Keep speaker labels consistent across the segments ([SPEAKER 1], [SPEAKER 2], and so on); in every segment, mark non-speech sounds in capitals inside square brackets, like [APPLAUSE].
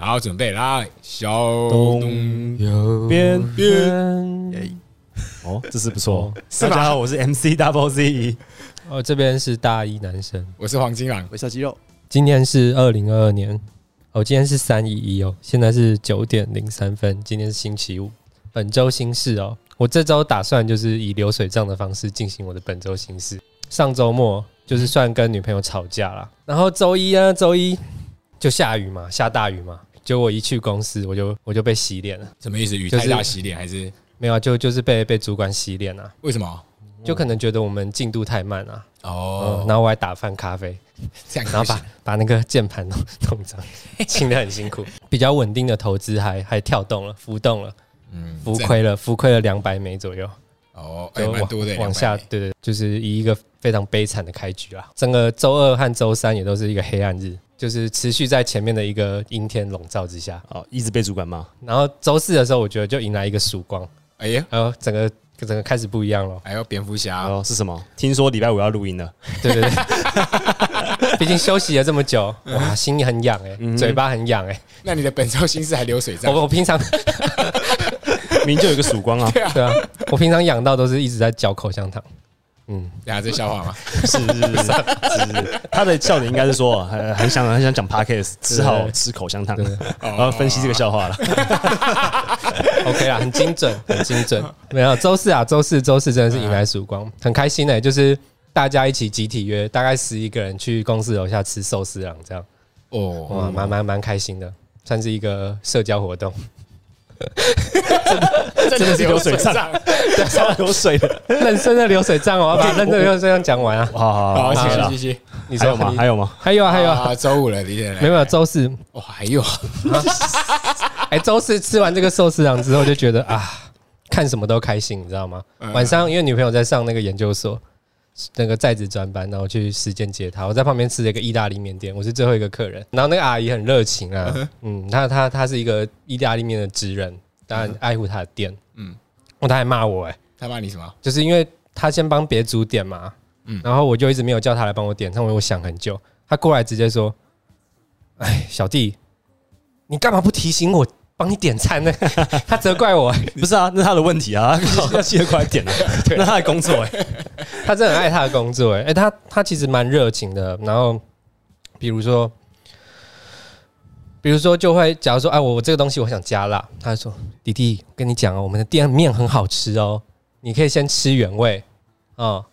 [SPEAKER 1] 好，准备来，小
[SPEAKER 2] 东
[SPEAKER 3] 有
[SPEAKER 2] 边
[SPEAKER 3] 耶
[SPEAKER 2] 边哦，这是不错。大家好，我是 MC Double Z。
[SPEAKER 4] 哦，这边是大一男生，
[SPEAKER 1] 我是黄金狼，
[SPEAKER 3] 微笑肌肉，
[SPEAKER 4] 今天是二零二二年，哦，今天是三一一哦，现在是九点零三分，今天是星期五，本周新事哦，我这周打算就是以流水账的方式进行我的本周新事。上周末就是算跟女朋友吵架啦，然后周一啊，周一就下雨嘛，下大雨嘛，结果我一去公司，我就我就被洗脸了，
[SPEAKER 1] 什么意思？雨
[SPEAKER 4] 就是
[SPEAKER 1] 太大洗脸还是
[SPEAKER 4] 没有啊，就就是被被主管洗脸啊，
[SPEAKER 1] 为什么？
[SPEAKER 4] 就可能觉得我们进度太慢啊，
[SPEAKER 1] 哦
[SPEAKER 4] 嗯，，然后我还打翻咖啡，
[SPEAKER 1] 这样
[SPEAKER 4] 然后
[SPEAKER 1] 子
[SPEAKER 4] 把把那个键盘弄弄脏，清的很辛
[SPEAKER 1] [LAUGHS]
[SPEAKER 4] 苦。比较稳定的投资还还跳动了，浮动了，
[SPEAKER 1] 嗯
[SPEAKER 4] 浮
[SPEAKER 1] 这样
[SPEAKER 4] 亏了，浮亏了两百美左右，
[SPEAKER 1] 哦，哎，
[SPEAKER 4] 就
[SPEAKER 1] 蛮
[SPEAKER 4] 往
[SPEAKER 1] 多的，
[SPEAKER 4] 往下，
[SPEAKER 1] 200
[SPEAKER 4] 对对，就是以一个非常悲惨的开局啊。整个周二和周三也都是一个黑暗日，就是持续在前面的一个阴天笼罩之下。
[SPEAKER 2] 哦，一直被主管骂，
[SPEAKER 4] 然后周四的时候，我觉得就迎来一个曙光，
[SPEAKER 1] 哎呀，
[SPEAKER 4] 然后整个整个开始不一样了。
[SPEAKER 1] 还有蝙蝠侠，
[SPEAKER 2] 哦，是什么？听说礼拜五要录音了， [LAUGHS]
[SPEAKER 4] 对对对， [LAUGHS] 毕竟休息了这么久，
[SPEAKER 1] 嗯
[SPEAKER 4] 哇，心很痒哎、嘴巴很痒哎、
[SPEAKER 1] 那你的本周心事还流水账？
[SPEAKER 4] 我我平常
[SPEAKER 2] 明明就有一个曙
[SPEAKER 1] [LAUGHS]
[SPEAKER 2] 光啊！
[SPEAKER 4] 对啊，我平常养到都是一直在嚼口香糖。嗯，
[SPEAKER 1] 等下这笑话吗？
[SPEAKER 2] 是是是是是，他的笑点应该是说呃很很想很想讲 Parkes，只好吃口香糖，
[SPEAKER 4] 对
[SPEAKER 2] 然
[SPEAKER 1] 哦
[SPEAKER 2] 后分析这个
[SPEAKER 1] [LAUGHS]
[SPEAKER 2] 笑话了。
[SPEAKER 4] ，OK
[SPEAKER 2] [LAUGHS]
[SPEAKER 4] 啦，很精准，很精准。没有周四啊，周四周四真的是迎来曙
[SPEAKER 2] 嗯
[SPEAKER 4] 光，很开心的、欸就是大家一起集体约，大概十一个人去公司楼下吃寿司郎，这样
[SPEAKER 1] 哦，
[SPEAKER 2] 嗯
[SPEAKER 4] 哇，蛮蛮蛮开心的，算是一个社交活动。 [LAUGHS]
[SPEAKER 1] 真
[SPEAKER 2] 的是流水账
[SPEAKER 1] 账。
[SPEAKER 2] 超有水的。
[SPEAKER 4] 认真的流水
[SPEAKER 2] [LAUGHS]
[SPEAKER 4] 账哦，我要把认真的流水账讲完啊。
[SPEAKER 2] 好
[SPEAKER 1] [LAUGHS]
[SPEAKER 2] 好
[SPEAKER 1] 好，
[SPEAKER 2] 哦好，
[SPEAKER 1] 谢
[SPEAKER 2] 谢
[SPEAKER 1] 谢
[SPEAKER 2] 了
[SPEAKER 1] 谢。谢。
[SPEAKER 4] 你
[SPEAKER 2] 还
[SPEAKER 4] 说
[SPEAKER 2] 有吗？还有吗？
[SPEAKER 4] 还有啊，还有啊，
[SPEAKER 1] 啊，周五了，李姐来，
[SPEAKER 4] 没有没有
[SPEAKER 1] 来
[SPEAKER 4] 周四，
[SPEAKER 1] 哦，还有， [LAUGHS]
[SPEAKER 4] 哎，周四吃完这个寿司郎之后，就觉得啊，看什么都开心，你知道吗？
[SPEAKER 1] 嗯
[SPEAKER 4] 晚上因为女朋友在上那个研究所，那个在职专班，然后去实践接她，我在旁边吃了一个意大利面店，我是最后一个客人。然后那个阿姨很热情啊，嗯，她她她是一个意大利面的职人，当然爱护她的店，
[SPEAKER 1] 嗯
[SPEAKER 4] 嗯，哦，她还骂我、哎，
[SPEAKER 1] 他骂你什么？
[SPEAKER 4] 就是因为她先帮别组点嘛，
[SPEAKER 1] 嗯
[SPEAKER 4] 嗯，然后我就一直没有叫她来帮我点，但我我想很久，她过来直接说，哎，小弟，你干嘛不提醒我？帮你点餐呢？ [LAUGHS] 她责怪我、哎
[SPEAKER 2] 不是啊，那他的问题啊，要记得快点啊。那他的工作
[SPEAKER 1] [LAUGHS]
[SPEAKER 2] 哎，
[SPEAKER 4] 他真的很爱他的工作、欸，哎、他他其实蛮热情的。然后，比如说，比如说就会，假如说，哎、我我这个东西我想加辣，他就说，弟弟，我跟你讲哦，我们的店面很好吃哦，你可以先吃原味，哦，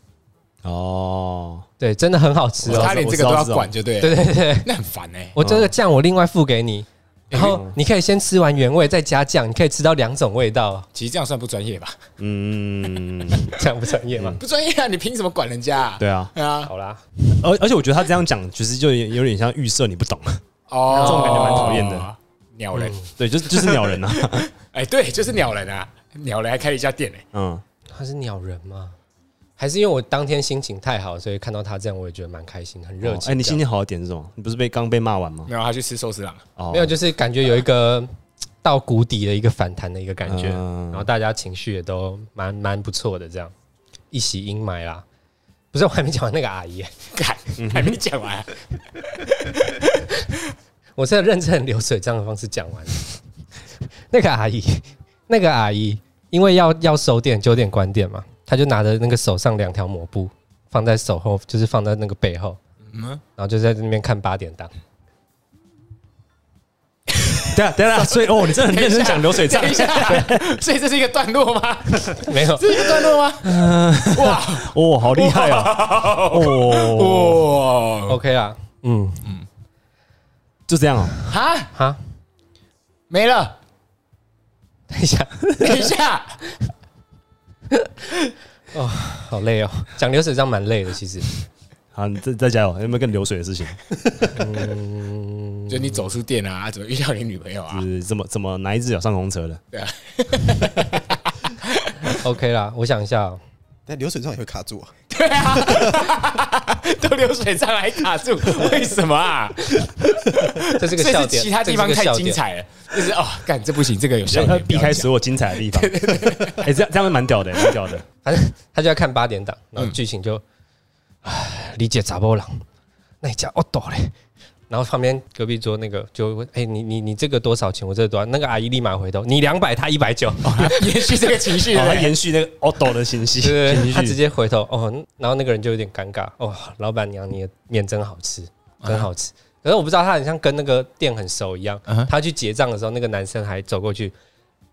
[SPEAKER 2] 哦，
[SPEAKER 4] 对，真的很好吃
[SPEAKER 2] 道
[SPEAKER 4] 哦。
[SPEAKER 1] 他连这个都要管，就对了，
[SPEAKER 4] 对对对，
[SPEAKER 1] 那很烦哎。
[SPEAKER 4] 我这个酱我另外付给你，然后你可以先吃完原味再加酱，你可以吃到两种味道，
[SPEAKER 1] 其实这样算不专业吧？
[SPEAKER 2] 嗯，
[SPEAKER 4] 这样不专业吗？
[SPEAKER 1] 不专业啊！你凭什么管人家啊？
[SPEAKER 2] 对啊，
[SPEAKER 1] 对啊，
[SPEAKER 4] 好啦，
[SPEAKER 2] 而而且我觉得他这样讲，其实就有有点像预设你不懂，
[SPEAKER 1] 哦，
[SPEAKER 2] 这种感觉蛮讨厌的。
[SPEAKER 1] 鸟人，
[SPEAKER 2] 对，就是就是鸟人啊，
[SPEAKER 1] 哎，对，就是鸟人啊，鸟人还开了一家店呢。
[SPEAKER 2] 嗯，
[SPEAKER 4] 他是鸟人吗？还是因为我当天心情太好，所以看到他这样，我也觉得蛮开心，很热情
[SPEAKER 2] 哦
[SPEAKER 4] 这样。
[SPEAKER 2] 哎，你心情好一点是什么？你不是被刚被骂完
[SPEAKER 1] [LAUGHS]
[SPEAKER 2] 吗？
[SPEAKER 1] 没有，他去吃寿司郎。
[SPEAKER 2] 哦
[SPEAKER 4] 没有，就是感觉有一个到谷底的一个反弹的一个感觉，
[SPEAKER 2] 嗯
[SPEAKER 4] 然后大家情绪也都蛮蛮不错的，这样一洗阴霾啦。不是，我还没讲完那个阿姨，
[SPEAKER 1] 看，还没讲完啊，
[SPEAKER 4] 我是要认真流水账的方式讲完。 [LAUGHS] 那个阿姨，那个阿姨，因为要要收店，九点关店嘛，她就拿着那个手上两条抹布放在手后，就是放在那个背后，
[SPEAKER 1] 嗯，
[SPEAKER 4] 然后就在那边看八点档。
[SPEAKER 2] 等一下等一下， [LAUGHS] 所以哦，你真的很认真讲流水账
[SPEAKER 1] 等，一下，所以这是一个段落吗？
[SPEAKER 4] 没有，
[SPEAKER 1] 这是一个段落吗？哇
[SPEAKER 2] [LAUGHS] 哦，好厉害啊，哦，
[SPEAKER 1] 哇
[SPEAKER 4] OK 啦，嗯，
[SPEAKER 2] 就这样哦，
[SPEAKER 1] 哈，
[SPEAKER 4] 好，
[SPEAKER 1] 没了。
[SPEAKER 4] 等一下，
[SPEAKER 1] 等一下，
[SPEAKER 4] 好累哦，讲流水账蛮累的，其实。
[SPEAKER 2] 好，你再再加油，有没有更流水的事情？
[SPEAKER 1] 就你走出店啊，怎么遇到你女朋友啊
[SPEAKER 2] 就？是怎么怎么哪一只脚上红车的？
[SPEAKER 1] 对啊， [LAUGHS]
[SPEAKER 4] OK 啦，我想一下、哦，
[SPEAKER 3] 但流水账也会卡住啊。
[SPEAKER 1] 对啊，都流水账还卡住，为什么啊？
[SPEAKER 4] 这
[SPEAKER 1] 这
[SPEAKER 4] 是个笑
[SPEAKER 1] 是
[SPEAKER 4] 点，
[SPEAKER 1] 其他地方
[SPEAKER 4] 这是
[SPEAKER 1] 太
[SPEAKER 4] 个笑
[SPEAKER 1] 精
[SPEAKER 4] 点。
[SPEAKER 1] 彩了，就是哦，干这不行，这个有笑
[SPEAKER 2] 要
[SPEAKER 1] 点，
[SPEAKER 2] 避开所有精彩的地方。 [LAUGHS] 哎，这样这样蛮屌的，蛮屌的。
[SPEAKER 4] 反正他就要看八点档，然后剧情就，唉理解杂波狼，那一家哦多嘞，然后旁边隔壁桌那个就问：“哎、你你你这个多少钱？我这个多少？”那个阿姨立马回头：“你两百，他一百九。”
[SPEAKER 1] [LAUGHS] 延续这个情绪
[SPEAKER 2] 哦他
[SPEAKER 1] 的
[SPEAKER 2] 延续那个 Otto 的情绪，
[SPEAKER 4] 对
[SPEAKER 2] 情绪
[SPEAKER 4] 他直接回头哦，嗯然后那个人就有点尴尬哦，老板娘你的面真好吃，真好吃。可是我不知道他很像跟那个店很熟一样
[SPEAKER 1] 嗯哼，
[SPEAKER 4] 他去结账的时候，那个男生还走过去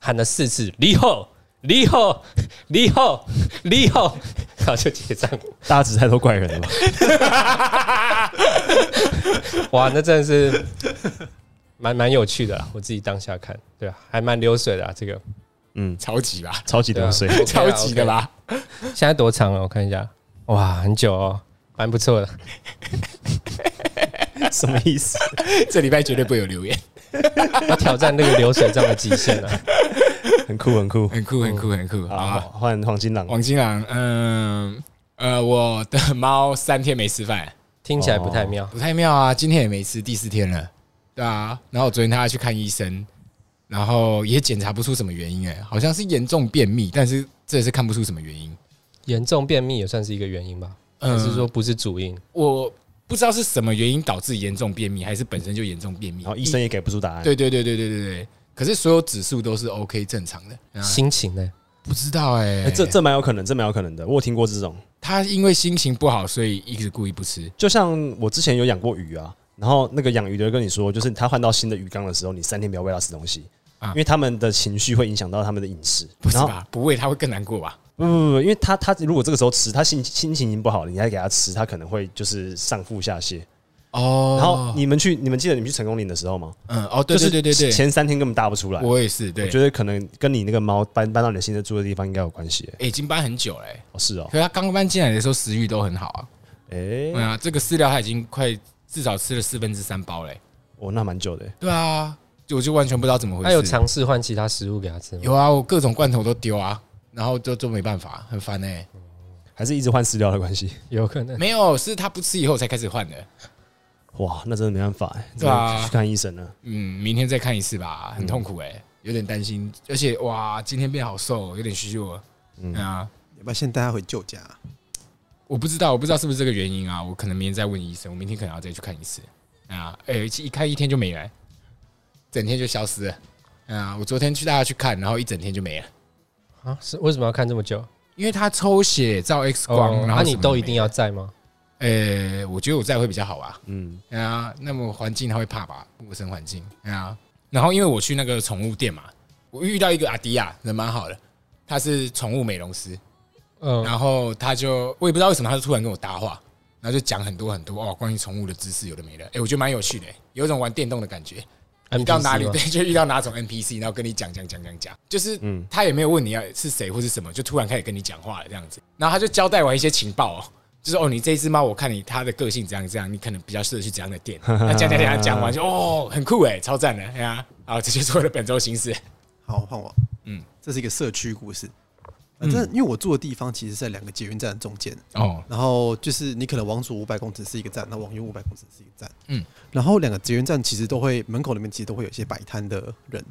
[SPEAKER 4] 喊了四次“李后，李后，李后，李后”， [LAUGHS] 然后就结账。
[SPEAKER 2] 大家只太多怪人了吧？
[SPEAKER 4] [LAUGHS] 哇，那真的是蛮蛮有趣的啦，我自己当下看，对啊，还蛮流水的啊，这个
[SPEAKER 2] 嗯，
[SPEAKER 1] 超级吧，
[SPEAKER 2] [LAUGHS] 超级流水
[SPEAKER 4] 对啊 OK
[SPEAKER 1] 超
[SPEAKER 4] 啦
[SPEAKER 1] 级的
[SPEAKER 4] OK
[SPEAKER 1] 吧。
[SPEAKER 4] 现在多长了？我看一下，哇，很久哦，蛮不错的。
[SPEAKER 2] [LAUGHS] 什么意思？
[SPEAKER 1] 这礼拜绝对不会有留言，
[SPEAKER 4] 要挑战那个流水账的极限了、啊。
[SPEAKER 2] 很酷，很酷。
[SPEAKER 1] 很酷，很酷，很酷。好
[SPEAKER 2] 好，
[SPEAKER 1] 啊，
[SPEAKER 2] 换黄金狼，
[SPEAKER 1] 王金郎，嗯呃，我的猫三天没吃饭，
[SPEAKER 4] 听起来不太妙。
[SPEAKER 1] 不太妙啊，今天也没吃，第四天了，对啊。然后我昨天带它去看医生，然后也检查不出什么原因，哎，好像是严重便秘，但是这也是看不出什么原因。
[SPEAKER 4] 严重便秘也算是一个原因吧，
[SPEAKER 1] 嗯
[SPEAKER 4] 还是说不是主因？
[SPEAKER 1] 我不知道是什么原因导致严重便秘，还是本身就严重便秘。
[SPEAKER 2] 然后医生也给不出答案。
[SPEAKER 1] 对对对对对对对，可是所有指数都是 OK 正常的。啊、
[SPEAKER 4] 心情呢？
[SPEAKER 1] 不知道哎、
[SPEAKER 2] 哎，这这蛮有可能，这蛮有可能的。我有听过这种，
[SPEAKER 1] 他因为心情不好，所以一直故意不吃。
[SPEAKER 2] 就像我之前有养过鱼啊，然后那个养鱼的跟你说，就是他换到新的鱼缸的时候，你三天不要喂它吃东西，
[SPEAKER 1] 啊
[SPEAKER 2] 因为他们的情绪会影响到他们的饮食。
[SPEAKER 1] 不是
[SPEAKER 2] 然后
[SPEAKER 1] 吧？不喂他会更难过吧？
[SPEAKER 2] 不不不，因为他他如果这个时候吃，他心心情已经不好了，你还给他吃，他可能会就是上腹下泻。
[SPEAKER 1] 哦
[SPEAKER 2] 然后你们去，你们记得你们去成功岭的时候吗？
[SPEAKER 1] 嗯哦，对对对对
[SPEAKER 2] 就是
[SPEAKER 1] 对，
[SPEAKER 2] 前三天根本搭不出来。我
[SPEAKER 1] 我也是，对，
[SPEAKER 2] 觉得可能跟你那个猫搬搬到你现在住的地方应该有关系、欸。
[SPEAKER 1] 哎诶已经搬很久了、欸，[LAUGHS]
[SPEAKER 2] 哦，是哦，
[SPEAKER 1] 可是他刚搬进来的时候食欲都很好啊。
[SPEAKER 2] 哎、
[SPEAKER 1] 对啊，这个饲料他已经快至少吃了四分之三包嘞、欸
[SPEAKER 2] 哦，那蛮久的、欸。
[SPEAKER 1] 对啊，就我就完全不知道怎么回事。
[SPEAKER 4] 他有尝试换其他食物给他吃吗？
[SPEAKER 1] 有啊，我各种罐头都丢啊，然后就就没办法，很烦哎、 [LAUGHS]
[SPEAKER 2] 还是一直换饲料的关系。
[SPEAKER 4] 有可能。
[SPEAKER 1] 没有，是他不吃以后才开始换的。
[SPEAKER 2] 哇，那真的没办法、欸，
[SPEAKER 1] 对啊
[SPEAKER 2] 真的去看医生了。 [LAUGHS]
[SPEAKER 1] 嗯，明天再看一次吧，很痛苦哎、有点担心，而且哇，今天变好瘦，有点虚弱。嗯啊，
[SPEAKER 3] 要不要先带他回旧家啊、
[SPEAKER 1] 我不知道，我不知道是不是这个原因啊，我可能明天再问医生，我明天可能要再去看一次。啊，哎、一看一天就没了，整天就消失了。啊，我昨天去带他去看，然后一整天就没了，
[SPEAKER 4] 啊？是为什么要看这么久？
[SPEAKER 1] 因为他抽血照 X 光，
[SPEAKER 4] 哦
[SPEAKER 1] 然
[SPEAKER 4] 啊
[SPEAKER 1] 后
[SPEAKER 4] 你都一定
[SPEAKER 1] 要。
[SPEAKER 4] 要在吗？
[SPEAKER 1] 呃、我觉得我在会比较好吧。
[SPEAKER 2] 嗯，
[SPEAKER 1] 啊，那么环境他会怕吧？陌生环境啊。然后因为我去那个宠物店嘛，我遇到一个阿迪亚，人蛮好的，他是宠物美容师，
[SPEAKER 4] 嗯，
[SPEAKER 1] 然后他就我也不知道为什么，他就突然跟我搭话，然后就讲很多很多哦，关于宠物的知识有的没的，哎、我觉得蛮有趣的、有一种玩电动的感觉。遇到
[SPEAKER 4] NPC
[SPEAKER 1] 哪里 [LAUGHS]
[SPEAKER 4] 吗
[SPEAKER 1] 对，就遇到哪种 NPC，然后跟你讲讲讲讲讲，就是他也没有问你要是谁或是什么，就突然开始跟你讲话了这样子。然后他就交代完一些情报哦，就是哦，你这只猫，我看你它的个性怎样怎样，你可能比较适合去怎样的店。那讲讲讲讲完就哦，很酷哎，超赞的，哎呀，好，这就是我的本周形式。
[SPEAKER 3] 好，换我。
[SPEAKER 1] 嗯
[SPEAKER 3] 嗯，这是一个社区故事。反正因为我住的地方其实在两个捷运站的中间，
[SPEAKER 1] 哦，
[SPEAKER 3] 然后就是你可能往左五百公尺是一个站，那往右五百公尺是一个站。
[SPEAKER 1] 嗯
[SPEAKER 3] 嗯，然后两个捷运站其实都会门口里面其实都会有一些摆摊的人。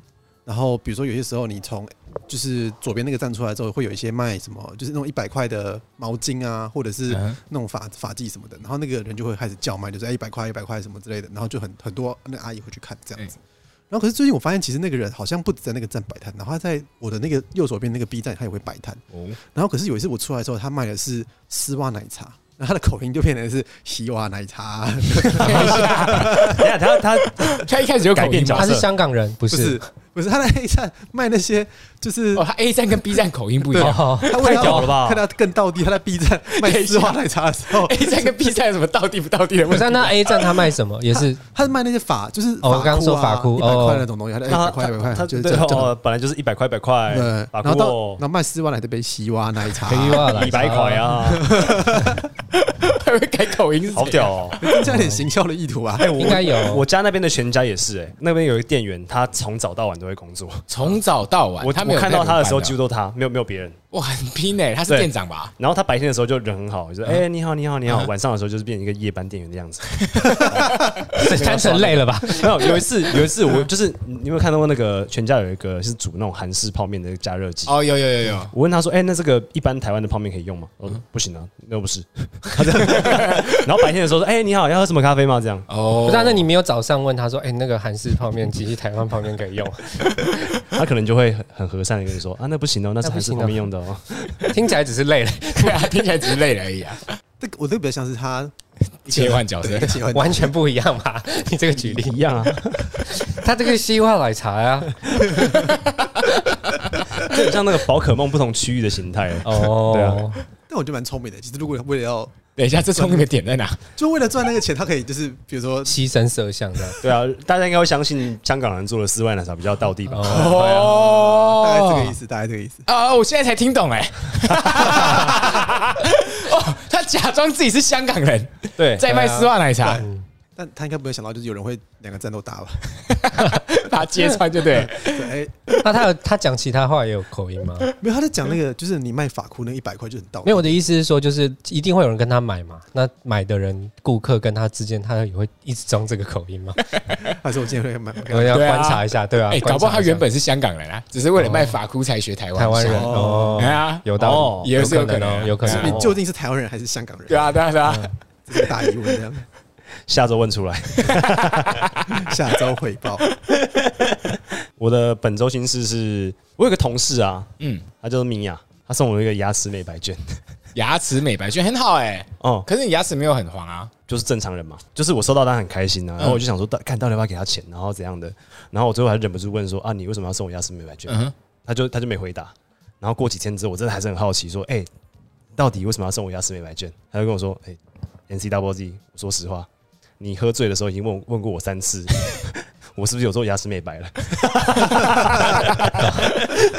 [SPEAKER 3] 然后比如说有些时候你从就是左边那个站出来之后，会有一些卖什么，就是那种一百块的毛巾啊，或者是
[SPEAKER 1] 嗯哼
[SPEAKER 3] 那种发发髻什么的。然后那个人就会开始叫卖，就是哎一百块一百块什么之类的。然后就很很多那个阿姨会去看这样子。
[SPEAKER 1] 嗯
[SPEAKER 3] 然后可是最近我发现，其实那个人好像不止在那个站摆摊，然后他在我的那个右手边那个 B 站，他也会摆摊。
[SPEAKER 1] 哦，
[SPEAKER 3] 然后可是有一次我出来之后，他卖的是丝袜奶茶，然后他的口音就变成是西袜奶茶，
[SPEAKER 2] 等一下他他
[SPEAKER 1] 他一开始就
[SPEAKER 2] 改变角
[SPEAKER 4] 他
[SPEAKER 2] 色
[SPEAKER 4] 是香港人，不
[SPEAKER 3] 不
[SPEAKER 4] 是
[SPEAKER 3] 是？不是他在 A 站卖那些就是
[SPEAKER 1] 哦，他 A 站跟 B 站口音不一样
[SPEAKER 4] 哦，
[SPEAKER 3] 他为
[SPEAKER 2] 太
[SPEAKER 3] 了
[SPEAKER 2] 屌了吧
[SPEAKER 3] 看他更到地，他在 B 站卖丝袜奶茶的时
[SPEAKER 1] [LAUGHS]
[SPEAKER 3] 候，
[SPEAKER 1] ，A 站跟 B 站有什么到底不到底
[SPEAKER 4] [LAUGHS]
[SPEAKER 1] 的
[SPEAKER 4] 不
[SPEAKER 1] 问
[SPEAKER 4] 是啊
[SPEAKER 1] 题？
[SPEAKER 4] 那 A 站他卖什么？也 [LAUGHS] 是
[SPEAKER 3] 他是卖那些法就是
[SPEAKER 4] 哦我刚刚说法裤
[SPEAKER 3] 一百
[SPEAKER 4] 哦
[SPEAKER 3] 块那种东西，
[SPEAKER 2] 哎
[SPEAKER 3] 他在一百块一百块，
[SPEAKER 2] 他
[SPEAKER 3] 就是
[SPEAKER 2] 对
[SPEAKER 3] 这样这样。
[SPEAKER 2] 哦，本来就是一百块一百块
[SPEAKER 3] 对，，
[SPEAKER 2] 把
[SPEAKER 3] 然后到
[SPEAKER 2] 过
[SPEAKER 3] 然后卖丝袜奶茶杯西袜奶茶，
[SPEAKER 4] 黑袜来
[SPEAKER 2] 一百块，啊，
[SPEAKER 1] 他 [LAUGHS] 会改口音是谁啊
[SPEAKER 2] [LAUGHS] 好屌哦！
[SPEAKER 3] 增加点行销的意图啊。
[SPEAKER 2] 哎，我
[SPEAKER 4] 应该有
[SPEAKER 2] 我家那边的全家也是，哎，那边有一个店员，他从早到晚都会工作。
[SPEAKER 1] 从早到晚，
[SPEAKER 2] 我
[SPEAKER 1] 他没
[SPEAKER 2] 我
[SPEAKER 1] 有
[SPEAKER 2] 看到
[SPEAKER 1] 在轮
[SPEAKER 2] 哎他的时候，
[SPEAKER 1] 班
[SPEAKER 2] 几乎都他，没有没有别人。
[SPEAKER 1] 哇，很拼哎、他是
[SPEAKER 2] 对
[SPEAKER 1] 店长吧？
[SPEAKER 2] 然后他白天的时候就人很好，就说：“哎、你好，你好，你好。晚上的时候就是变成一个夜班店员的样子。 [LAUGHS]
[SPEAKER 4] [LAUGHS] 单纯累了吧？
[SPEAKER 2] 没有，有一次，有一次我 [LAUGHS] 就是你有没有看到过那个全家有一个是煮那种韩式泡面的加热机？
[SPEAKER 1] 哦，有有有有，
[SPEAKER 2] 我问他说：“哎、那这个一般台湾的泡面可以用吗？”我说：“不行啊，那不是。” [LAUGHS] 他这样，然后白天的时候说：“哎、你好，要喝什么咖啡吗？”这样，
[SPEAKER 1] 哦
[SPEAKER 4] 不是、啊，那你没有早上问他说，哎、那个韩式泡面其实台湾泡面可以用， [LAUGHS]
[SPEAKER 2] 他可能就会很很和善的跟你说：“啊，那不 [LAUGHS] 行哦，那是韩式泡面用的哦。 [LAUGHS]
[SPEAKER 4] 听起来只是累了，
[SPEAKER 1] 对 [LAUGHS] 啊，听起来只是累了而已啊。
[SPEAKER 3] 这个我这个比较像是他一个
[SPEAKER 1] 切换角色
[SPEAKER 3] 对切换
[SPEAKER 4] 完全不一样吧？ [LAUGHS] 你这个举”例，
[SPEAKER 2] 一样啊， [LAUGHS]
[SPEAKER 4] 他这个西瓜奶茶啊，
[SPEAKER 2] 就很像那个宝可梦不同区域的形 [LAUGHS] 态。对
[SPEAKER 4] 哦
[SPEAKER 2] 啊，
[SPEAKER 3] 但我觉得蛮聪明的。其实如果为了要，
[SPEAKER 1] 等一下，这聪明的点
[SPEAKER 2] [LAUGHS]
[SPEAKER 1] 在哪？
[SPEAKER 3] 就为了赚那个钱，他可以就是比如说
[SPEAKER 4] 牺牲色相的，
[SPEAKER 2] 对啊，大家应该会相信香港人做的丝袜奶茶比较到地吧？啊
[SPEAKER 1] 哦，
[SPEAKER 3] 大概这个意思，大概这个意思。
[SPEAKER 1] 啊！我现在才听懂哎、 [LAUGHS] 哦，他假装自己是香港人，
[SPEAKER 2] [LAUGHS] 对，啊
[SPEAKER 1] 在卖丝袜奶茶，
[SPEAKER 3] 但他应该不会想到，就是有人会两个战斗打吧？
[SPEAKER 2] 啊
[SPEAKER 1] 把他揭穿就对了。
[SPEAKER 3] 对， [LAUGHS] 哎，
[SPEAKER 4] [LAUGHS] 那他有他讲其他话也有口音吗？
[SPEAKER 3] 没有，他在讲那个，就是你卖法裤那一百块就很到
[SPEAKER 4] 没有，我的意思是说，就是一定会有人跟他买嘛。那买的人、顾客跟他之间，他也会一直装这个口音吗？ [LAUGHS]
[SPEAKER 3] 还是我今天会买买
[SPEAKER 4] 我要观察一下，对啊，
[SPEAKER 1] 哎、
[SPEAKER 4] 观察一下
[SPEAKER 1] 搞不好他原本是香港人啊，只是为了卖法裤才学台湾
[SPEAKER 4] 台湾人
[SPEAKER 1] 腔
[SPEAKER 4] 哦
[SPEAKER 1] 哎，呀，
[SPEAKER 4] 有道
[SPEAKER 2] 哦
[SPEAKER 4] 理，
[SPEAKER 1] 也是有可能
[SPEAKER 4] 哦，有可
[SPEAKER 1] 是
[SPEAKER 4] 能
[SPEAKER 3] 你
[SPEAKER 4] 哦。
[SPEAKER 3] 究竟是台湾人还是香港人？
[SPEAKER 1] 对，啊，对啊，对
[SPEAKER 2] 嗯
[SPEAKER 1] 啊，
[SPEAKER 3] 这是个大疑问。这样，
[SPEAKER 2] 下周问出来。 [LAUGHS]
[SPEAKER 3] 下周汇报。
[SPEAKER 2] 我的本周心事是，我有个同事啊，
[SPEAKER 1] 嗯，
[SPEAKER 2] 他叫做米娅，他送我一个牙齿美白卷，
[SPEAKER 1] 牙齿美白圈很好哎、
[SPEAKER 2] 哦，
[SPEAKER 1] 可是你牙齿没有很黄啊，
[SPEAKER 2] 就是正常人嘛，就是我收到当然很开心
[SPEAKER 1] 嗯
[SPEAKER 2] 啊，然后我就想说，到看到底要不要给他钱，然后怎样的，然后我最后还忍不住问说啊，你为什么要送我牙齿美白卷？
[SPEAKER 1] 嗯哼，
[SPEAKER 2] 他就他就没回答，然后过几天之后，我真的还是很好奇说，哎、到底为什么要送我牙齿美白卷？他就跟我说，哎、n c W Z，我说实话，你喝醉的时候已经问我问过我三次， [LAUGHS] 我是不是有做牙齿美白了？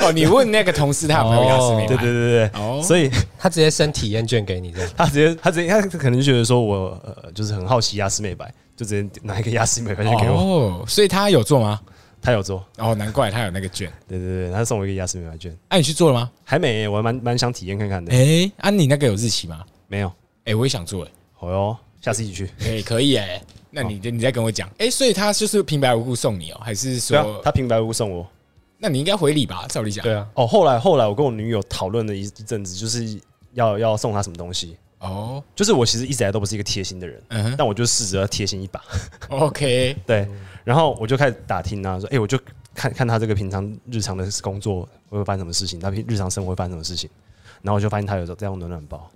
[SPEAKER 1] 哦，你问那个同事他有没有牙齿美白？
[SPEAKER 2] 对对对对，
[SPEAKER 1] 哦
[SPEAKER 2] 所以
[SPEAKER 4] 他直接生体验券给你这样。
[SPEAKER 2] 他直接他直接他可能就觉得说我呃就是很好奇牙齿美白，就直接拿一个牙齿美白卷给我，
[SPEAKER 1] 哦，所以他有做吗？
[SPEAKER 2] 他有做，
[SPEAKER 1] 哦，难怪他有那个卷。
[SPEAKER 2] 对对对，他送我一个牙齿美白卷。
[SPEAKER 1] 哎、你去做了吗？
[SPEAKER 2] 还没耶，我还蛮蛮想体验看看的。
[SPEAKER 1] 哎、啊，你那个有日期吗？
[SPEAKER 2] 没有，
[SPEAKER 1] 哎、我也想做哎、
[SPEAKER 2] 好哟，下次一起去。
[SPEAKER 1] 哎、可以哎、那你你再跟我讲，哎、所以他就是平白无故送你哦、还是
[SPEAKER 2] 对
[SPEAKER 1] 说、
[SPEAKER 2] 啊，他平白无故送我。
[SPEAKER 1] 那你应该回礼吧？照理讲，
[SPEAKER 4] 对啊，
[SPEAKER 2] 哦，后来后来我跟我女友讨论了一一阵子，就是要要送她什么东西。
[SPEAKER 1] 哦，
[SPEAKER 2] 就是我其实一直以来都不是一个贴心的人，
[SPEAKER 1] 嗯哼
[SPEAKER 2] 但我就试着要贴心一把。
[SPEAKER 1] ，OK，
[SPEAKER 2] 对，然后我就开始打听啊，说，哎、我就看看他这个平常日常的工作会发生什么事情，他平日常生活会发生什么事情。然后我就发现他有在用暖暖包，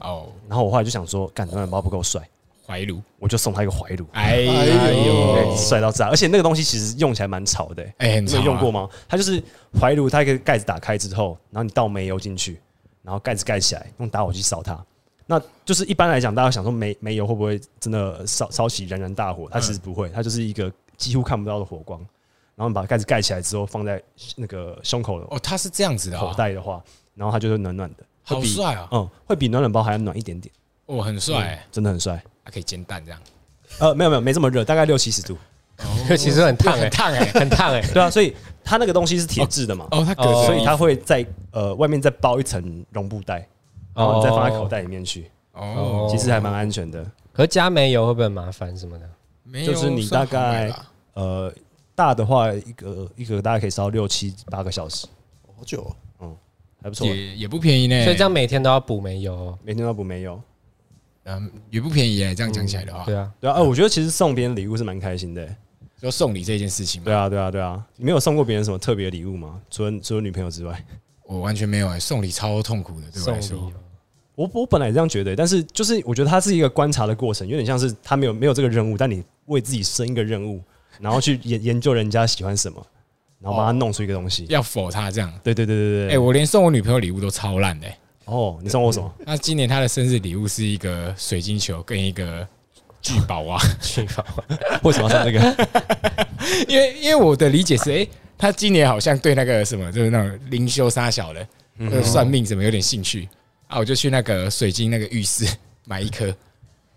[SPEAKER 1] 哦，
[SPEAKER 2] 然后我后来就想说，干暖暖包不够帅，
[SPEAKER 1] 怀炉，
[SPEAKER 2] 我就送他一个怀炉，
[SPEAKER 1] 哎
[SPEAKER 3] 哎
[SPEAKER 1] 呦
[SPEAKER 3] 呦，
[SPEAKER 2] 对帅到炸！而且那个东西其实用起来蛮潮的、
[SPEAKER 1] 哎、很
[SPEAKER 2] 你
[SPEAKER 1] 潮啊
[SPEAKER 2] 有用过？吗？它就是怀炉，它一个盖子打开之后，然后你倒煤油进去，然后盖子盖起来，用打火机烧它。那就是一般来讲，大家想说煤煤油会不会真的烧烧起燃然大火？它其实不会，它就是一个几乎看不到的火光。然后你把盖子盖起来之后，放在那个胸口的
[SPEAKER 1] 哦，他是这样子的、
[SPEAKER 2] 口
[SPEAKER 1] 哦，
[SPEAKER 2] 袋的话，然后它就会暖暖的，
[SPEAKER 1] 好
[SPEAKER 2] 会比
[SPEAKER 1] 帅哦，
[SPEAKER 2] 嗯，会比暖暖包还要暖一点点，
[SPEAKER 1] 哦，很帅、
[SPEAKER 2] 真的很帅。
[SPEAKER 1] 还可以煎蛋这样，
[SPEAKER 2] 呃，没有没有没这么热，大概六七十度。
[SPEAKER 4] 其实很烫哎
[SPEAKER 1] 很，烫
[SPEAKER 4] [LAUGHS]
[SPEAKER 1] 哎、
[SPEAKER 4] 很烫哎。
[SPEAKER 2] 对啊，所以它那个东西是铁质的嘛，
[SPEAKER 1] 哦，他隔着、
[SPEAKER 4] 哦
[SPEAKER 2] 所以它会在呃外面再包一层绒布袋，然后你再放在口袋里面去，
[SPEAKER 1] 哦，
[SPEAKER 2] 其实还蛮安全的。
[SPEAKER 4] 可加煤油会不会很麻烦什么的？
[SPEAKER 1] 没有
[SPEAKER 2] 就是你大
[SPEAKER 1] 算好买
[SPEAKER 2] 概
[SPEAKER 1] 吧
[SPEAKER 2] 呃大的话，一个一个大概可以烧六七八个小时，嗯
[SPEAKER 3] 好久哦，
[SPEAKER 2] 还不错。
[SPEAKER 1] 也也不便宜呢，
[SPEAKER 4] 所以这样每天都要补煤油哦。
[SPEAKER 2] 每天都补没有，
[SPEAKER 1] 嗯也不便宜哎、这样讲起来的话，
[SPEAKER 4] 对啊，
[SPEAKER 2] 对啊，呃，
[SPEAKER 1] 嗯
[SPEAKER 2] 我觉得其实送别人礼物是蛮开心的、
[SPEAKER 1] 就送礼这件事情嘛
[SPEAKER 2] 对，啊，对啊，对啊，你没有送过别人什么特别的礼物吗？除了除了女朋友之外，
[SPEAKER 1] 我完全没有哎、送礼超痛苦的，对我
[SPEAKER 4] 送
[SPEAKER 1] 来
[SPEAKER 4] 礼
[SPEAKER 1] 说
[SPEAKER 4] 哦。，
[SPEAKER 2] 我我本来也这样觉得、欸但是就是我觉得它是一个观察的过程，有点像是他没有没有这个任务，但你为自己生一个任务，然后去研 [LAUGHS] 研究人家喜欢什么，然后把它弄出一个东西。
[SPEAKER 1] 要否他这样。
[SPEAKER 2] 对对对对
[SPEAKER 1] 哦哎、
[SPEAKER 2] 对。
[SPEAKER 1] 我连送我女朋友礼物都超烂的、欸。
[SPEAKER 2] 哦，你送我什么？
[SPEAKER 1] 那今年她的生日礼物是一个水晶球跟一个聚宝啊
[SPEAKER 4] [LAUGHS]
[SPEAKER 1] 蛙，
[SPEAKER 4] 去吧。
[SPEAKER 2] 为什么要送这个？ [LAUGHS]
[SPEAKER 1] 因为因为我的理解是，哎、她今年好像对那个什么，就是那种灵修杀小的、就是呃算命什么有点兴趣啊，我就去那个水晶那个浴室 [LAUGHS] 买一颗，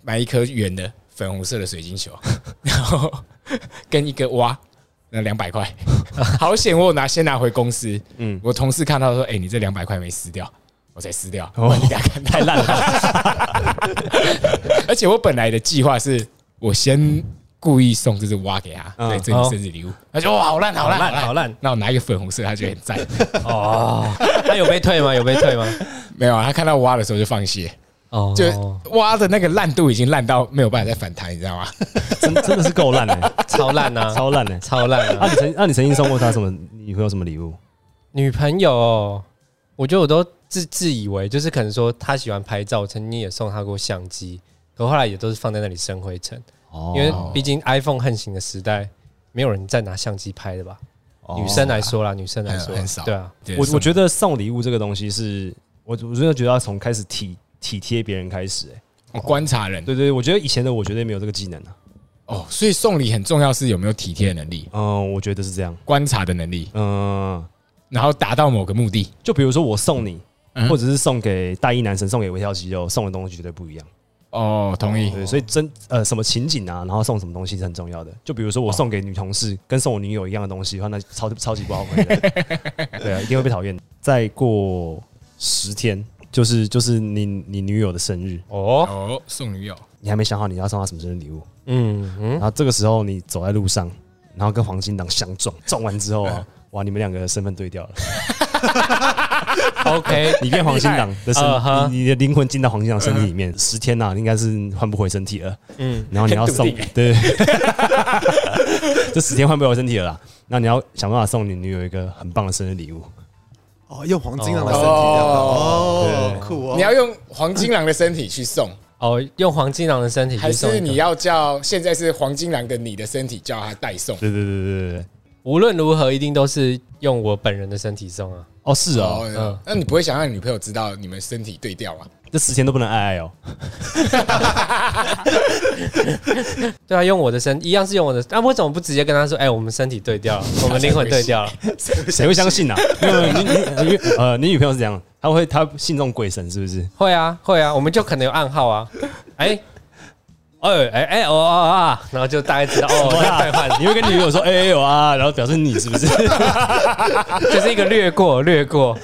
[SPEAKER 1] 买一颗圆的 [LAUGHS] [LAUGHS] 粉红色的水晶球，然后跟一个蛙，那两百块，好险我有拿先拿回公司，
[SPEAKER 2] 嗯
[SPEAKER 1] 嗯，我同事看到说，哎、你这两百块没撕掉，我才撕掉，我你俩看哦太烂了， [LAUGHS] 而且我本来的计划是我先。故意送这只蛙给他，
[SPEAKER 2] 嗯
[SPEAKER 1] 对，这是生日礼物。他说：“哇，好烂，哦好烂，
[SPEAKER 2] 好烂好烂
[SPEAKER 1] 那我拿一个粉红色，他觉得很赞。
[SPEAKER 4] 哦， [LAUGHS] 他有被退吗？有被退 [LAUGHS] 吗？
[SPEAKER 1] 没有，啊，他看到蛙的时候就放血，
[SPEAKER 4] 哦，
[SPEAKER 1] 就蛙的那个烂度已经烂到没有办法再反弹，你知道吗？
[SPEAKER 2] 真真的是够烂哎，
[SPEAKER 4] 超烂啊，
[SPEAKER 2] 超烂哎。
[SPEAKER 4] [LAUGHS] 超烂
[SPEAKER 2] 那
[SPEAKER 4] 啊！
[SPEAKER 2] 你曾那你曾经送过他什么？你会有什么礼物？
[SPEAKER 4] 女朋友哦，我觉得我都自自以为就是可能说她喜欢拍照，我曾经也送她过相机，可后来也都是放在那里生灰尘，
[SPEAKER 2] 哦
[SPEAKER 4] 因为毕竟 iPhone 横行的时代，没有人再拿相机拍的吧？女生来说啦，女生来
[SPEAKER 1] 哦
[SPEAKER 4] 说
[SPEAKER 1] 很很少
[SPEAKER 4] 对啊，
[SPEAKER 1] 对
[SPEAKER 2] 我
[SPEAKER 1] 送
[SPEAKER 2] 我觉得送礼物这个东西是，我我真的觉得要从开始体体贴别人开始、欸。
[SPEAKER 1] 我观察人
[SPEAKER 2] 对对，我觉得以前的我绝对没有这个技能啊。
[SPEAKER 1] 哦，所以送礼很重要是有没有体贴的能力、
[SPEAKER 2] 嗯，我觉得是这样。
[SPEAKER 1] 观察的能力，
[SPEAKER 2] 嗯，
[SPEAKER 1] 然后达到某个目的。
[SPEAKER 2] 就比如说我送你，
[SPEAKER 1] 嗯
[SPEAKER 2] 或者是送给大一男神，送给微笑肌肉，送的东西绝对不一样。
[SPEAKER 1] 哦，同意。
[SPEAKER 2] 对，所以真呃什么情景啊，然后送什么东西是很重要的。就比如说我送给女同事跟送我女友一样的东西的话，那超超级不好回的。对啊，一定会被讨厌的。再过十天，就是就是你你女友的生日，
[SPEAKER 4] 哦，
[SPEAKER 1] 哦，送女友，
[SPEAKER 2] 你还没想好你要送她什么生日礼物。
[SPEAKER 4] 嗯嗯
[SPEAKER 1] [LAUGHS]
[SPEAKER 2] 然，后这个时候你走在路上，然后跟黄金档相撞，撞完之后啊，哇，你们两个的身份对调了，
[SPEAKER 4] [LAUGHS] OK，
[SPEAKER 2] 你变黄金档的身
[SPEAKER 4] 啊哈，
[SPEAKER 2] 你你的灵魂进到黄金档身体里面，十天呐、应该是换不回身体了。
[SPEAKER 4] 嗯，
[SPEAKER 2] 然后你要送
[SPEAKER 1] 很笃定，
[SPEAKER 2] 对， [LAUGHS] 这十天换不回身体了啦。那你要想办法送你女友一个很棒的生日礼物，
[SPEAKER 3] 哦，用黄金让他
[SPEAKER 4] 哦
[SPEAKER 3] 身体这样
[SPEAKER 1] 哦
[SPEAKER 3] 哦，酷哦。
[SPEAKER 1] 你要用黄金狼的身体去送，
[SPEAKER 4] 哦，用黄金狼的身体去
[SPEAKER 1] 还
[SPEAKER 4] 送一
[SPEAKER 1] 是
[SPEAKER 4] 个
[SPEAKER 1] 你要叫现在是黄金狼的你的身体叫他代送？
[SPEAKER 2] 对对对对对对，
[SPEAKER 4] 无论如何一定都是用我本人的身体送啊。
[SPEAKER 2] 哦是哦，
[SPEAKER 1] 哦，那你不会想让你女朋友知道你们身体对调啊吗？
[SPEAKER 2] 这十天都不能爱爱 [LAUGHS] 哦，
[SPEAKER 4] 对啊，用我的身一样是用我的，那、为什么不直接跟他说？哎、我们身体对
[SPEAKER 1] [LAUGHS]
[SPEAKER 4] 调了，我们灵魂对调了。
[SPEAKER 2] 谁会相信啊？因为你你你呃，你女朋友是怎样？她会她信这种鬼神是不是？
[SPEAKER 4] 会啊，会啊，我们就可能有暗
[SPEAKER 1] [LAUGHS]
[SPEAKER 4] 号啊。哎、哎哎哎哦哦啊，然后就大概知道
[SPEAKER 1] [LAUGHS]
[SPEAKER 4] 哦，
[SPEAKER 2] 哇
[SPEAKER 4] 在换，
[SPEAKER 2] 你会跟女友说哎哎有啊，然后表示你是不是？
[SPEAKER 4] 就是一个略过略过。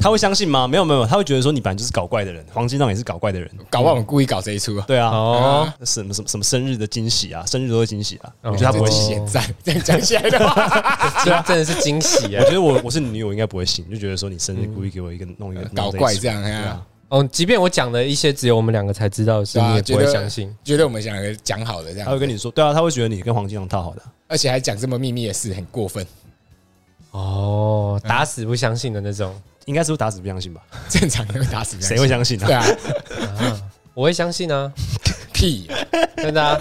[SPEAKER 2] 他会相信吗？没有没有，他会觉得说你本来就是搞怪的人，黄金档也是搞怪的人。
[SPEAKER 1] 搞不好我们故意搞这一出，
[SPEAKER 2] 对啊，
[SPEAKER 4] 哦，
[SPEAKER 2] 什么什么什么生日的惊喜啊，生日都会惊喜啊。
[SPEAKER 4] 哦
[SPEAKER 2] 我觉
[SPEAKER 1] [LAUGHS]
[SPEAKER 2] 得他不会
[SPEAKER 1] 这
[SPEAKER 2] 信，
[SPEAKER 1] 点赞。这样讲起来的话，
[SPEAKER 4] 这真的是惊
[SPEAKER 1] [LAUGHS]
[SPEAKER 4] 喜
[SPEAKER 2] 我
[SPEAKER 4] 啊！
[SPEAKER 2] 觉得我我是你女友应该不会信，就觉得说你生日故意给我一个弄一个
[SPEAKER 1] 嗯搞怪这
[SPEAKER 2] 样。
[SPEAKER 1] 样，哎
[SPEAKER 2] 对
[SPEAKER 1] 呀
[SPEAKER 2] 啊，
[SPEAKER 4] 哦，即便我讲的一些只有我们两个才知道的事，
[SPEAKER 1] 对啊
[SPEAKER 4] 你也不
[SPEAKER 1] 觉
[SPEAKER 4] 会
[SPEAKER 1] 得
[SPEAKER 4] 相信。
[SPEAKER 1] 觉得我们想讲好的这
[SPEAKER 2] 他会
[SPEAKER 1] 样，
[SPEAKER 2] 跟你说，对啊，他会觉得你跟黄金档套好的。
[SPEAKER 1] 而且还讲这么秘密的事，很过分。 [LAUGHS]
[SPEAKER 4] 哦，打死不相信的那种，
[SPEAKER 2] 应该是不是打死不相信吧？
[SPEAKER 1] 正常人会打死，
[SPEAKER 2] 谁会？相信
[SPEAKER 1] 对
[SPEAKER 2] 啊？
[SPEAKER 1] 啊，
[SPEAKER 4] 我会相信啊，
[SPEAKER 1] 屁啊！
[SPEAKER 4] 真的啊。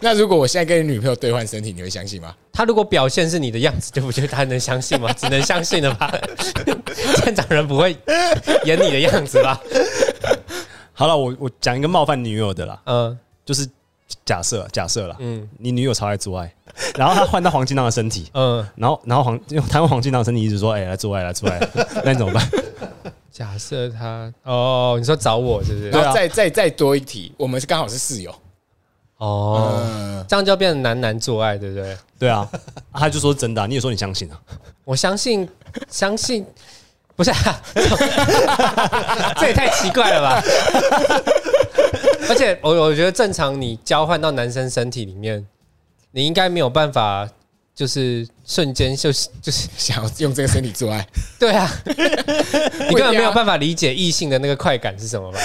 [SPEAKER 1] 那如果我现在跟你女朋友兑换身体，你会相信吗？
[SPEAKER 4] 他如果表现是你的样子，就不觉得他能相信吗？ [LAUGHS] 只能相信了吧？ [LAUGHS] 正常人不会演你的样子吧？
[SPEAKER 2] 好了，我我讲一个冒犯女友的啦，
[SPEAKER 4] 嗯
[SPEAKER 2] 就是假设假设啦，
[SPEAKER 4] 嗯
[SPEAKER 2] 你女友超爱做爱， [LAUGHS] 然后她换到黄金档的身体，
[SPEAKER 4] 嗯，
[SPEAKER 2] 然后然后黄因为她用黄金档的身体一直说，哎，来做爱来做爱，那你怎么办？
[SPEAKER 4] 假设他哦，你说找我是不是？
[SPEAKER 1] 然
[SPEAKER 2] 对啊
[SPEAKER 1] 后再再再多一题，我们是刚好是室友，
[SPEAKER 4] 哦，
[SPEAKER 1] 嗯，
[SPEAKER 4] 这样就变成男男做爱，对不对？
[SPEAKER 2] 对啊，啊她就说真的啊，你也说你相信啊。
[SPEAKER 4] 我相信，相信不是、啊， [LAUGHS] 这也太奇怪了吧？而且我我觉得正常，你交换到男生身体里面，你应该没有办法，就是瞬间就是就是
[SPEAKER 1] 想要用这个身体
[SPEAKER 4] [LAUGHS]
[SPEAKER 1] 做爱，
[SPEAKER 4] 对啊，你根本没有办法理解异性的那个快感是什么吧？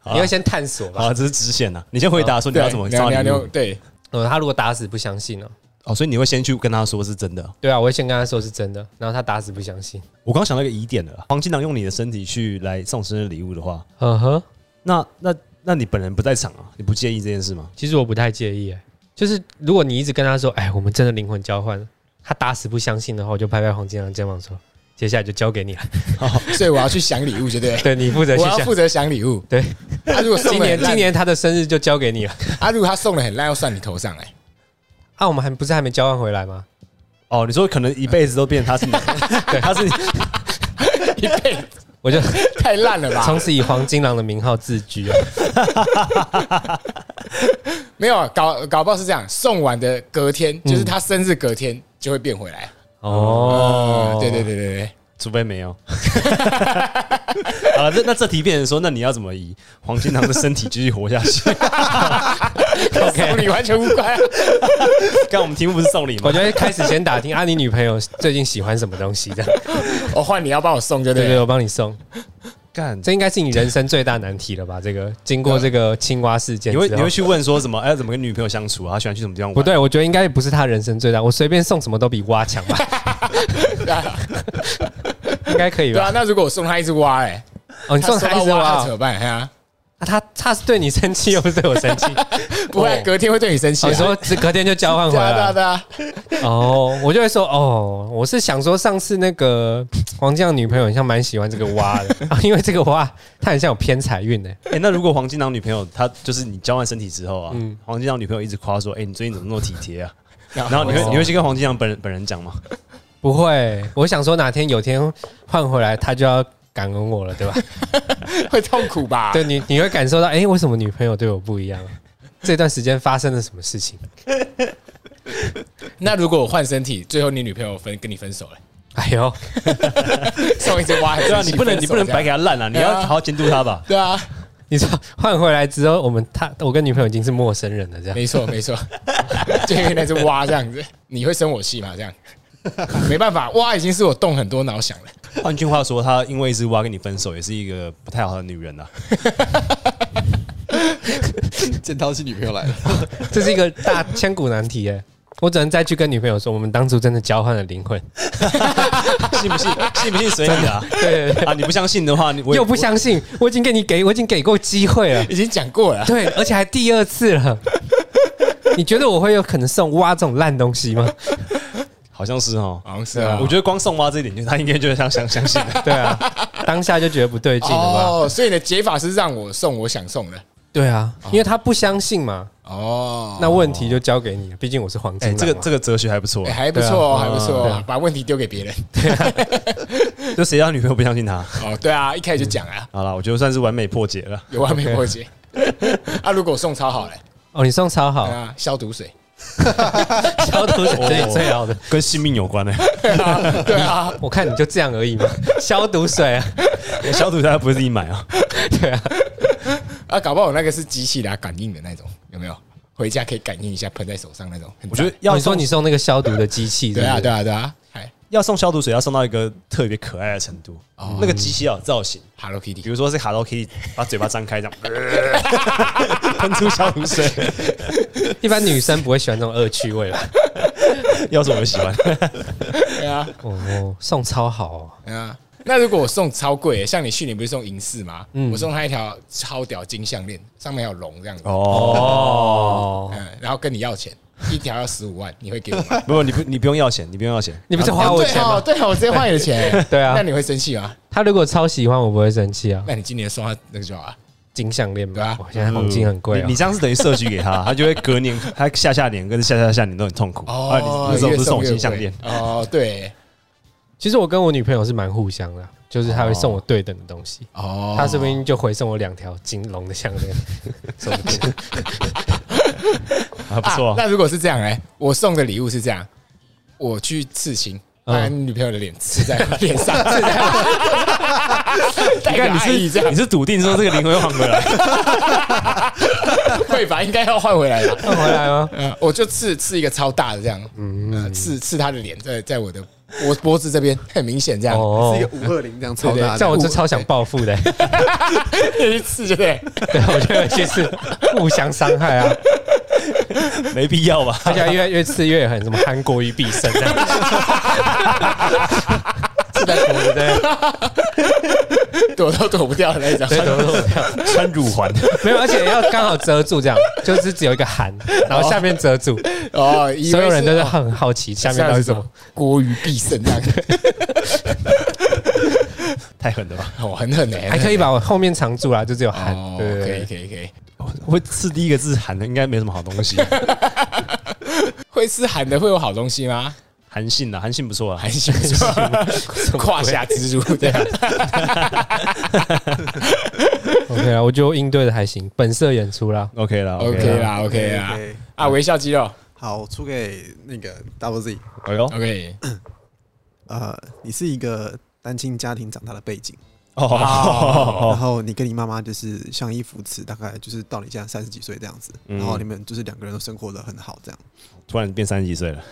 [SPEAKER 2] 好啊
[SPEAKER 4] 你要先探索吧。
[SPEAKER 2] 好，这是支线呐、啊。你先回答说你
[SPEAKER 1] 对啊，
[SPEAKER 2] 要怎么
[SPEAKER 1] 你要
[SPEAKER 2] 抓
[SPEAKER 1] 你要你
[SPEAKER 2] 礼
[SPEAKER 1] 要
[SPEAKER 2] 物
[SPEAKER 1] 对，
[SPEAKER 4] 呃，他如果打死不相信呢、
[SPEAKER 2] 哦，所以你会先去跟他说是真的。
[SPEAKER 4] 对啊，我会先跟他说是真的，然后他打死不相信。
[SPEAKER 2] 我刚刚想到一个疑点了，黄金郎用你的身体去来送生日礼物的话，
[SPEAKER 4] 嗯哼，
[SPEAKER 2] 那那那你本人不在场啊，你不介意这件事吗？
[SPEAKER 4] 其实我不太介意、欸，就是如果你一直跟他说，哎，我们真的灵魂交换，他打死不相信的话，我就拍拍黄金狼肩膀说，接下来就交给你了，
[SPEAKER 1] 所以我要去想礼物，对不对？
[SPEAKER 4] 哦 [LAUGHS] 对你负责去
[SPEAKER 1] 我要
[SPEAKER 4] 想。
[SPEAKER 1] 负责想礼物。
[SPEAKER 4] 对，
[SPEAKER 1] 他如果送
[SPEAKER 4] 今
[SPEAKER 1] 得
[SPEAKER 4] 年
[SPEAKER 1] 很烂
[SPEAKER 4] 今，年他的生日就交给你了。
[SPEAKER 1] 他如果他送的很烂，要算你头上哎，
[SPEAKER 4] 啊，我们还不是还没交换回来吗？
[SPEAKER 2] 哦，你说可能一辈子都变他是你， [LAUGHS] 对，他是你
[SPEAKER 1] 一辈子
[SPEAKER 4] 我
[SPEAKER 1] [LAUGHS]
[SPEAKER 4] 就
[SPEAKER 1] 太烂了吧
[SPEAKER 4] 从？此以黄金狼的名号自居啊。
[SPEAKER 1] 啊没有，搞搞不好是这样，送完的隔天就是他生日隔天，就会变回来。嗯，
[SPEAKER 2] 哦
[SPEAKER 1] 对对，对对对，
[SPEAKER 2] [LAUGHS] 除非没有。好了，这那这题变成说，那你要怎么以黄金狼的身体继续活下去？ [LAUGHS]
[SPEAKER 1] 跟送礼完全无关。
[SPEAKER 2] 刚我们题目不是送礼
[SPEAKER 4] 我
[SPEAKER 2] 吗？
[SPEAKER 4] 觉得开始先打听啊，你女朋友最近喜欢什么东西的？
[SPEAKER 1] 我换你要帮我送，对不
[SPEAKER 4] 对对，
[SPEAKER 1] 对？
[SPEAKER 4] 我帮你送。
[SPEAKER 2] 干，
[SPEAKER 4] 这应该是你人生最大难题了吧？这个经过这个青蛙事件
[SPEAKER 2] 你
[SPEAKER 4] 之
[SPEAKER 2] 会
[SPEAKER 4] 后，
[SPEAKER 2] 你会去问说什么？哎，怎么跟女朋友相处啊？她喜欢去什么地方玩？
[SPEAKER 4] 不，对，我觉得应该不是他人生最大，我随便送什么都比蛙强吧，
[SPEAKER 1] [LAUGHS]
[SPEAKER 4] 应该可以
[SPEAKER 1] 对啊，
[SPEAKER 4] 吧？
[SPEAKER 1] 那如果我送他一只蛙，哎，
[SPEAKER 4] 哦，你送
[SPEAKER 1] 他
[SPEAKER 4] 他一
[SPEAKER 1] 收
[SPEAKER 4] 只
[SPEAKER 1] 到
[SPEAKER 4] 蛙
[SPEAKER 1] 蛙，
[SPEAKER 4] 哦，
[SPEAKER 1] 怎么办？哎呀，
[SPEAKER 4] 啊他他是对你生气，又不是对我生气，
[SPEAKER 1] [LAUGHS] 不会隔天会对你生气
[SPEAKER 4] 哦
[SPEAKER 1] 啊。[LAUGHS]
[SPEAKER 4] 你说这隔天就交换回
[SPEAKER 1] 对啊对
[SPEAKER 4] 来
[SPEAKER 1] 啊
[SPEAKER 4] 了
[SPEAKER 1] 对啊，
[SPEAKER 4] 哦，我就会说哦，我是想说上次那个黄酱女朋友好像蛮喜欢这个蛙
[SPEAKER 1] [LAUGHS]
[SPEAKER 4] 的，啊因为这个蛙它很像有偏财运的，
[SPEAKER 2] 哎，那如果黄金狼女朋友她就是你交换身体之后啊，
[SPEAKER 4] 嗯
[SPEAKER 2] 黄金狼女朋友一直夸说，哎，你最近怎么那么体贴啊？ [LAUGHS] 然后你会你会去跟黄金狼本人本人讲吗？
[SPEAKER 4] 不会，我想说哪天有天换回来，他就要感恩我
[SPEAKER 1] [LAUGHS]
[SPEAKER 4] 了，对吧？
[SPEAKER 1] [LAUGHS] 会痛苦吧？
[SPEAKER 4] 对你，你会感受到，哎、为什么女朋友对我不一样、啊？这段时间发生了什么事情？
[SPEAKER 1] 那如果我换身体，最后你女朋友分跟你分手了，欸
[SPEAKER 4] 哎呦，
[SPEAKER 1] 送一只蛙，
[SPEAKER 2] [LAUGHS] 对啊，你不能你不能白给
[SPEAKER 1] 给。
[SPEAKER 2] 她烂啊，你要好好监督她 [LAUGHS] 吧。
[SPEAKER 1] 对啊，
[SPEAKER 4] 你说换回来之后，我们他我跟女朋友已经是陌生人了，这
[SPEAKER 1] [LAUGHS]
[SPEAKER 4] 样
[SPEAKER 1] 没错没错，就因为那只蛙这样子，你会生我气吗？这样 [LAUGHS] 没办法，蛙已经是我动很多脑想了。 [LAUGHS]
[SPEAKER 2] 换句话说，她因为一只蛙跟你分手，也是一个不太好的女 [LAUGHS] 人啊。
[SPEAKER 3] 剪刀系女朋友来了，
[SPEAKER 4] 这是一个大千古难题哎。我只能再去跟女朋友说，我们当初真的交换了灵魂。
[SPEAKER 2] [LAUGHS] 信不信？信不信随你啊。
[SPEAKER 4] 对对
[SPEAKER 2] 啊，你不相信的话，你我也
[SPEAKER 4] 又不相信，我已经给你给，我已经给过机
[SPEAKER 2] [LAUGHS]
[SPEAKER 4] 会了，
[SPEAKER 1] 已经讲过了，
[SPEAKER 4] 对，而且还第二次了。你觉得我会有可能送蛙这种烂东西吗？
[SPEAKER 2] 好像是哦。
[SPEAKER 1] 好像是啊。
[SPEAKER 2] 我觉得光送蛙这一点，就他应该就相相相信的。
[SPEAKER 4] 对啊，当下就觉得不对劲了吧？
[SPEAKER 1] 哦， [LAUGHS] 所以你的解法是让我送我想送的。
[SPEAKER 4] 对啊，
[SPEAKER 2] 哦
[SPEAKER 4] 因为他不相信嘛，
[SPEAKER 1] 哦，
[SPEAKER 4] 那问题就交给你了，毕竟我是黄金
[SPEAKER 2] 哎，
[SPEAKER 4] 狼嘛。
[SPEAKER 2] 这个这个哲学还不错
[SPEAKER 1] 哎、，还不错、哦，
[SPEAKER 2] 对啊
[SPEAKER 1] 还不错、
[SPEAKER 2] 嗯对
[SPEAKER 1] 哦
[SPEAKER 2] 啊，
[SPEAKER 1] 把问题丢给别人。 [LAUGHS]
[SPEAKER 2] 就谁让女朋友不相信他？
[SPEAKER 1] 哦，对啊，一开始就讲
[SPEAKER 2] [LAUGHS]
[SPEAKER 1] 啊，
[SPEAKER 2] 好了，我觉得算是完美破解了。
[SPEAKER 1] 有完没破
[SPEAKER 2] [LAUGHS]
[SPEAKER 1] 解。啊，如果我送超好嘞，
[SPEAKER 4] 哦，你送超好
[SPEAKER 1] 对，啊，消毒水。 [LAUGHS]
[SPEAKER 4] 消毒水最最好的。
[SPEAKER 2] 跟性命有 [LAUGHS] 关呢、
[SPEAKER 1] 对啊，对啊，
[SPEAKER 4] 我看你就这样而已嘛，消毒水啊，
[SPEAKER 2] 欸，消毒他不是自己买啊，
[SPEAKER 4] 对啊，
[SPEAKER 1] 啊，搞不好那个是机器的、啊、感应的那种，有没有？回家可以感应一下，喷在手上那种。很赞
[SPEAKER 2] 我觉得
[SPEAKER 4] 要
[SPEAKER 2] 要
[SPEAKER 4] 你说
[SPEAKER 2] 送
[SPEAKER 4] 你送那个消毒的机器，
[SPEAKER 1] 对啊，对
[SPEAKER 4] 啊，
[SPEAKER 1] 啊，对啊。嗨
[SPEAKER 2] 要送消毒水，要送到一个特别可爱的程度。那个机器要有造型，
[SPEAKER 1] ，Hello
[SPEAKER 2] 比
[SPEAKER 1] Kitty，
[SPEAKER 2] 如说是 Hello Kitty 把嘴巴张开这样，喷出消毒水，啊
[SPEAKER 4] 一般女生不会喜欢这种恶趣味吧？
[SPEAKER 2] 要是我喜欢，
[SPEAKER 1] 对啊，
[SPEAKER 4] 哦，送超好哦，
[SPEAKER 1] 对啊。那如果我送超贵、像你去年不是送银饰吗？
[SPEAKER 2] 嗯
[SPEAKER 1] 我送他一条超屌金项链，上面还有龙这样子。
[SPEAKER 2] 哦，
[SPEAKER 1] 嗯，然后跟你要钱，一条要十五万，你会给我
[SPEAKER 2] [LAUGHS]
[SPEAKER 1] 吗？
[SPEAKER 2] 不，你不你不用要钱，你不用要钱，
[SPEAKER 4] 你不是花我钱吗？
[SPEAKER 1] 对哦，对哦，我直接花你的
[SPEAKER 2] [LAUGHS]
[SPEAKER 1] 钱。
[SPEAKER 4] 对啊
[SPEAKER 1] 那你会生气吗？
[SPEAKER 4] 他如果超喜欢，我不会生气啊。
[SPEAKER 1] 那你今年送他那个就好
[SPEAKER 2] [LAUGHS]
[SPEAKER 1] 啊。
[SPEAKER 4] 金项链
[SPEAKER 1] 对
[SPEAKER 4] 嘛
[SPEAKER 1] 啊，
[SPEAKER 4] 哇现在黄金很贵
[SPEAKER 2] 你
[SPEAKER 4] 啊
[SPEAKER 2] 你。这样是等于社区给他，他就会隔年，他下下年跟下下下年都很痛苦。啊，你那时候不是送我金项链，
[SPEAKER 1] 哦，对，
[SPEAKER 4] 其实我跟我女朋友是蛮互相的啊，就是她会送我对等的东西。
[SPEAKER 1] 哦，
[SPEAKER 2] [LAUGHS]
[SPEAKER 4] 他说不定就回送我两条金龙的项 [LAUGHS] 链，说不定
[SPEAKER 2] 啊，不错
[SPEAKER 1] 啊。那如果是这样，哎，我送的礼物是这样，我去刺青，
[SPEAKER 2] 嗯
[SPEAKER 1] 把你女朋友的脸刺在我脸上，刺在我。
[SPEAKER 2] [LAUGHS] 你
[SPEAKER 1] 带个
[SPEAKER 2] 看你
[SPEAKER 1] 爱意这
[SPEAKER 2] 是
[SPEAKER 1] 样
[SPEAKER 2] 你，是笃定说这个灵魂会换回来，
[SPEAKER 1] 会吧？应该要换回来吧？
[SPEAKER 4] 换回来吗？
[SPEAKER 1] 呃，我就刺刺一个超大的这样，嗯，刺刺他的脸在在我的脖脖子这边，很明显这样， [LAUGHS]
[SPEAKER 4] 哦
[SPEAKER 3] 是一个，五二零这样超
[SPEAKER 1] 对
[SPEAKER 3] 大
[SPEAKER 4] 这样
[SPEAKER 3] 的
[SPEAKER 4] 我。就超想报复的、 [LAUGHS]
[SPEAKER 1] 去刺对不对？
[SPEAKER 4] 对，我觉得就是互相伤害啊，
[SPEAKER 2] 没必要吧？
[SPEAKER 4] 而且越越吃越狠，什么韩国瑜必胜这样，是在国的对
[SPEAKER 1] 躲都躲不掉的那一种。
[SPEAKER 4] 对对对对，
[SPEAKER 2] 穿乳环，
[SPEAKER 4] 没有，而且要刚好遮住这样，就是只有一个韩，然后下面遮住，
[SPEAKER 1] 哦，以为是
[SPEAKER 4] 所有人都是很好奇下面到底是什么，？
[SPEAKER 1] 国语必胜这样，
[SPEAKER 2] 太狠了吧？
[SPEAKER 1] 哦，很狠的，
[SPEAKER 4] 还可以把我后面藏住啦，就只有韩
[SPEAKER 1] 很狠？，哦，
[SPEAKER 4] 对
[SPEAKER 1] 可
[SPEAKER 4] 对
[SPEAKER 1] 以
[SPEAKER 4] 对，
[SPEAKER 1] 可以可以，
[SPEAKER 2] 会刺第一个字喊的，应该没什么好东西。
[SPEAKER 1] 会吃喊的会有好东西吗？
[SPEAKER 2] 韩信啊，韩信不错啊，
[SPEAKER 1] 韩信
[SPEAKER 4] [LAUGHS]
[SPEAKER 1] 说胯下之辱这样，
[SPEAKER 4] ，OK 啊，我觉得我应对的还行，本色演出啦，
[SPEAKER 2] OK 啦
[SPEAKER 1] OK 啦 OK 啦
[SPEAKER 3] OK，OK，
[SPEAKER 1] 啊，微笑肌肉
[SPEAKER 3] 好，我出给那个 Double Z。
[SPEAKER 2] 哎呦，
[SPEAKER 1] OK，
[SPEAKER 3] 呃，你是一个单亲家庭长大的背景，然
[SPEAKER 2] 哦，
[SPEAKER 3] 后你跟你妈妈就是相依扶持，大概就是到你现在三十几岁这样子，
[SPEAKER 2] 嗯
[SPEAKER 3] 然后你们就是两个人都生活的很好这样。
[SPEAKER 2] [LAUGHS] 突然变三十几岁了，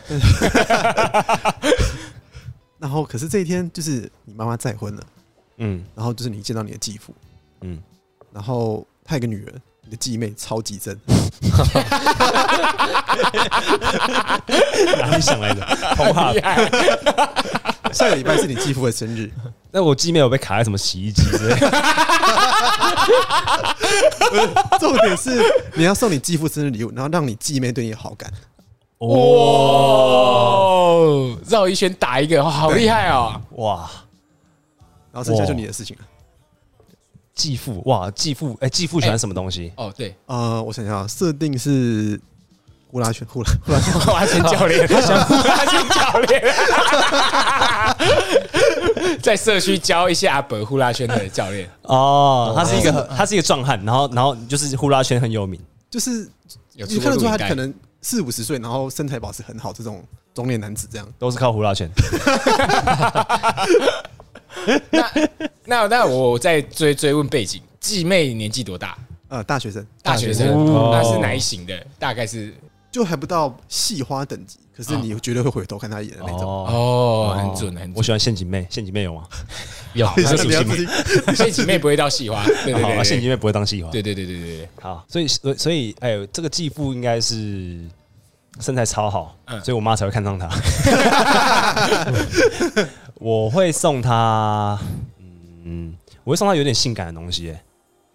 [SPEAKER 3] 然后可是这一天就是你妈妈再婚了，
[SPEAKER 1] [LAUGHS]
[SPEAKER 2] 嗯
[SPEAKER 3] 然后就是你见到你的继父，
[SPEAKER 2] 嗯，
[SPEAKER 3] 然后他有个女儿，你的继妹超级正，
[SPEAKER 2] 哪里想来的？童话
[SPEAKER 1] 厉害，
[SPEAKER 3] 下个礼拜是你继父的生日，
[SPEAKER 2] 那我机没有被卡在什么洗衣机之
[SPEAKER 1] [LAUGHS]
[SPEAKER 2] 类的，
[SPEAKER 3] 重点是你要送你继父生日礼物，然后让你继妹对你有好感。
[SPEAKER 2] 哦哇
[SPEAKER 1] 哦，绕一圈打一个，哇好厉害哦！
[SPEAKER 2] 哇，
[SPEAKER 3] 然后剩下就你的事情了。
[SPEAKER 2] 继父哇，继父哎，继父喜欢什么东西？
[SPEAKER 1] 哦，对，
[SPEAKER 3] 呃，我想想啊，设定是呼啦圈，呼啦呼啦圈，
[SPEAKER 1] 花钱教练，花钱教练， [LAUGHS] 在社区教一下本呼啦圈的教练，
[SPEAKER 2] [LAUGHS] 哦，他是一个他是一个壮汉，然后然后就是呼啦圈很有名，
[SPEAKER 3] 就是
[SPEAKER 1] 有
[SPEAKER 3] [LAUGHS] 你
[SPEAKER 1] 出
[SPEAKER 3] 看
[SPEAKER 1] 过
[SPEAKER 3] 得
[SPEAKER 1] 录
[SPEAKER 3] 出
[SPEAKER 1] 影
[SPEAKER 3] 他
[SPEAKER 1] 带
[SPEAKER 3] 可能四五十岁，然后身材保持很好，这种中年男子这样。
[SPEAKER 2] 都是靠呼啦圈。
[SPEAKER 1] 那那我再追追问背景，继妹年纪多大？
[SPEAKER 3] 呃，大学生
[SPEAKER 1] 大学生，
[SPEAKER 2] 哦
[SPEAKER 1] 那是哪一型的？大概是
[SPEAKER 3] 就还不到戏花等级，可是你绝对会回头看他一眼的那种。
[SPEAKER 2] 哦，
[SPEAKER 1] 哦，很准很
[SPEAKER 2] 我
[SPEAKER 1] 准。
[SPEAKER 2] 喜欢陷阱妹，陷阱妹有吗？
[SPEAKER 4] 有
[SPEAKER 3] [LAUGHS] 你
[SPEAKER 2] 这
[SPEAKER 3] 说
[SPEAKER 2] 是
[SPEAKER 3] 你
[SPEAKER 2] 什
[SPEAKER 3] 要
[SPEAKER 2] 么
[SPEAKER 3] [LAUGHS] 自己，
[SPEAKER 1] 所以姐妹不会到细花，对对
[SPEAKER 2] 好啊，陷
[SPEAKER 1] 对
[SPEAKER 2] 阱妹不会当戏花。
[SPEAKER 1] 对，对对对对对对，
[SPEAKER 2] 好，所以所以所以哎呦，这个继父应该是身材超好，
[SPEAKER 1] 嗯
[SPEAKER 2] 所以我妈才会看上他。 [LAUGHS] 我会送他，嗯，我会送他有点性感的东西、哎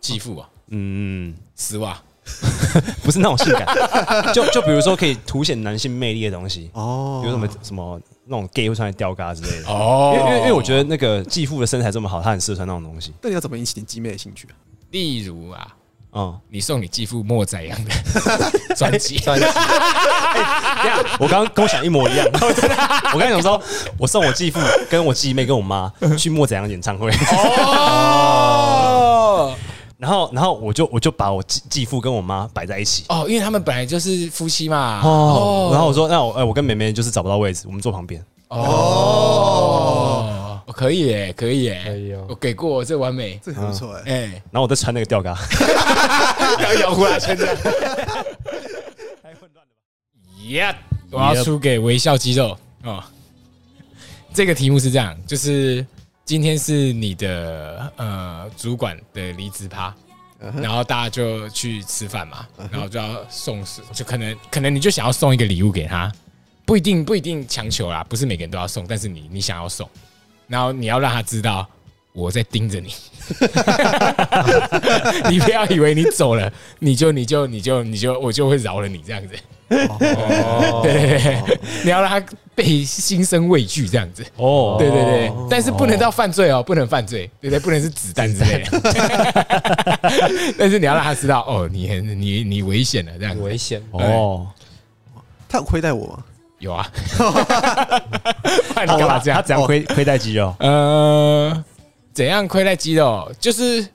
[SPEAKER 1] 继父啊，
[SPEAKER 2] 嗯，
[SPEAKER 1] 丝袜
[SPEAKER 2] 不是那种性感，就就比如说可以凸显男性魅力的东西，
[SPEAKER 3] 哦
[SPEAKER 2] 比如什么什么那种 gay 会穿的吊嘎之类的。因
[SPEAKER 1] 哦
[SPEAKER 2] 为因为因为我觉得那个继父的身材这么好，他很适合穿那种东西。
[SPEAKER 3] 但你要怎么引起你鸡妹的兴趣啊？
[SPEAKER 1] 例如啊，
[SPEAKER 2] 嗯，
[SPEAKER 1] 你送你继父莫宰阳的 [LAUGHS] 专辑，
[SPEAKER 4] 专辑
[SPEAKER 2] 我刚刚跟我想一模一样。我刚才想说，我送我继父、跟我继妹、跟我妈去莫宰阳演唱会，
[SPEAKER 1] 哦
[SPEAKER 2] 然后然后我就我就把我继继父跟我妈摆在一起。
[SPEAKER 1] 哦，因为他们本来就是夫妻嘛。
[SPEAKER 2] 哦，然后我说，那我哎，我跟妹妹就是找不到位置，我们坐旁边。
[SPEAKER 4] 哦
[SPEAKER 1] 哦，可以耶，可以耶，
[SPEAKER 4] 可以哦
[SPEAKER 1] 我给过这完美，
[SPEAKER 3] 这很不错哎、
[SPEAKER 1] 哎，
[SPEAKER 2] 然后我再穿那个吊嘎，
[SPEAKER 1] 摇摇呼啦圈的。耶！我要输给微笑肌肉哦。这个题目是这样，就是今天是你的呃主管的离职趴，然后大家就去吃饭嘛，然后就要送，就可能可能你就想要送一个礼物给他，不一定不一定强求啦，不是每个人都要送，但是你你想要送，然后你要让他知道我在盯着你， [LAUGHS] 你不要以为你走了，你就你就你就你就我就会饶了你这样子。哦对，你要让他被心生畏惧这样子。
[SPEAKER 2] 哦
[SPEAKER 1] 对对对，但是不能到犯罪哦，不能犯罪，对对，不能是子弹之类的。哦 [LAUGHS] 但是你要让他知道，哦，你很你你危险了这样
[SPEAKER 2] 嗯
[SPEAKER 4] 很
[SPEAKER 1] 子。
[SPEAKER 4] 危险，
[SPEAKER 2] 哦，
[SPEAKER 3] 他有亏待我吗？
[SPEAKER 1] 有 [LAUGHS] 啊，不然哎你干嘛这
[SPEAKER 2] 他
[SPEAKER 1] 样？
[SPEAKER 2] 怎样亏亏待肌肉？
[SPEAKER 1] 呃，怎样亏待肌肉？就是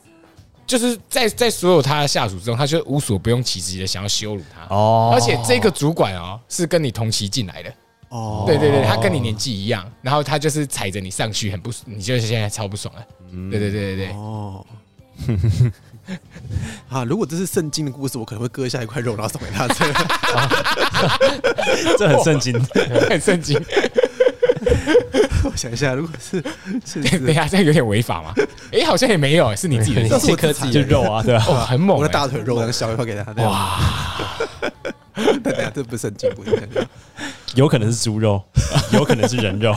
[SPEAKER 1] 就是在在所有他的下属中，他就无所不用其极的想要羞辱他。
[SPEAKER 2] 哦
[SPEAKER 1] 而且这个主管哦，是跟你同期进来的，
[SPEAKER 3] 哦，
[SPEAKER 1] 对对对，他跟你年纪一样，然后他就是踩着你上去，很不，你就是现在超不爽了。对对对对对，
[SPEAKER 3] 哦。啊！如果这是圣经的故事，我可能会割下一块肉，然后送给他 [LAUGHS] 吃。
[SPEAKER 2] 这很震惊。
[SPEAKER 1] [LAUGHS] 很震惊。
[SPEAKER 3] 我想一下，如果是是
[SPEAKER 1] 等一
[SPEAKER 3] 是，
[SPEAKER 1] 下，这样有点违法吗？哎，好像也没有，是你自己的
[SPEAKER 3] 这
[SPEAKER 1] 事。
[SPEAKER 2] [LAUGHS]
[SPEAKER 3] 是
[SPEAKER 4] 这
[SPEAKER 3] 我自
[SPEAKER 4] 颗自
[SPEAKER 3] 残
[SPEAKER 4] 己
[SPEAKER 2] 就
[SPEAKER 3] 的
[SPEAKER 2] 肉啊，对
[SPEAKER 1] [LAUGHS]
[SPEAKER 2] 吧？
[SPEAKER 1] 哇，很猛
[SPEAKER 3] 我
[SPEAKER 1] 欸
[SPEAKER 3] 的大腿肉，然后削一块给他。哇！ [LAUGHS] 但等一下，这不是圣经，不是圣经。
[SPEAKER 2] 有可能是猪肉，有可能是人肉，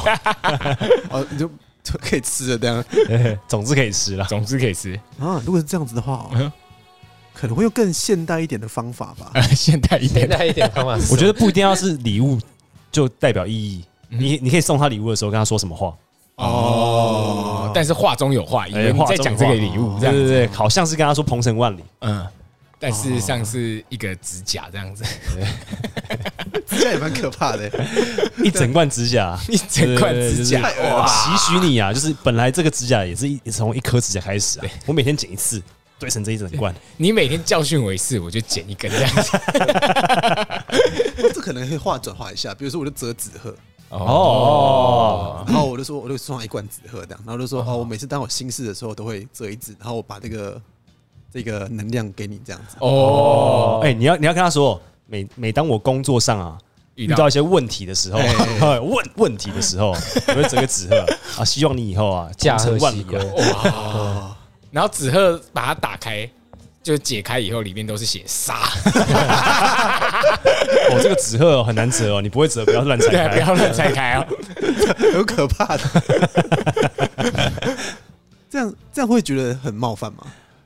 [SPEAKER 3] 哦，你就就可以吃了这样
[SPEAKER 2] 总之可以吃了。
[SPEAKER 1] 总之可以吃。
[SPEAKER 3] 啊。如果是这样子的话
[SPEAKER 1] 嗯
[SPEAKER 3] 哦，可能会用更现代一点的方法 [LAUGHS] 吧。
[SPEAKER 1] 呃，现代一点
[SPEAKER 4] 简
[SPEAKER 1] 的，
[SPEAKER 4] 单一点方法是什
[SPEAKER 2] [LAUGHS]
[SPEAKER 4] 么，
[SPEAKER 2] 我觉得不一定要是礼物就代表意义，
[SPEAKER 1] 嗯
[SPEAKER 2] 你你可以送他礼物的时候跟他说什么话，
[SPEAKER 1] 哦，但是话中有话，以为哎你在讲这个礼物，这
[SPEAKER 2] 对
[SPEAKER 1] 样
[SPEAKER 2] 对
[SPEAKER 1] 子。
[SPEAKER 2] 对，好像是跟他说鹏程
[SPEAKER 1] [LAUGHS]
[SPEAKER 2] 万里，
[SPEAKER 1] 嗯，但事实上是一个指甲这样子，
[SPEAKER 3] 这样也蛮可怕的。
[SPEAKER 2] 一整罐指甲，
[SPEAKER 1] [LAUGHS] 一整块指甲
[SPEAKER 2] 对对对就是期许你啊，就是本来这个指甲也是一也是从一颗指甲开始啊，我每天剪一次，堆成这一整罐。
[SPEAKER 1] 你每天教训我一次，我就剪一根这样子。
[SPEAKER 3] 这可能可以化转化一下，比如说我就折纸鹤，
[SPEAKER 2] 哦，
[SPEAKER 3] 然后我就说我就送他一罐纸鹤这样，然后就说哦，我每次当我心事的时候都会折一支，然后我把这个这个能量给你这样子。
[SPEAKER 1] 哦，
[SPEAKER 2] 哎、你要你要跟他说，每每当我工作上啊
[SPEAKER 1] 遇
[SPEAKER 2] 遇
[SPEAKER 1] 到哎
[SPEAKER 2] 到一些问题的时候， [LAUGHS] 问问题的时候，我会折个纸鹤啊，希望你以后啊
[SPEAKER 4] 驾
[SPEAKER 2] 成
[SPEAKER 4] 鹤
[SPEAKER 2] 万
[SPEAKER 4] 西
[SPEAKER 2] 里
[SPEAKER 4] 归 [LAUGHS]
[SPEAKER 2] 啊。
[SPEAKER 1] 然后纸鹤把它打开，就解开以后，里面都是写沙，
[SPEAKER 2] 哦，这个纸鹤很难折哦，你不会折，不要乱拆
[SPEAKER 1] 对啊，不
[SPEAKER 2] 开。
[SPEAKER 1] 要乱拆开哦。
[SPEAKER 3] 很可怕 [LAUGHS] 的。这样这样会觉得很冒犯吗？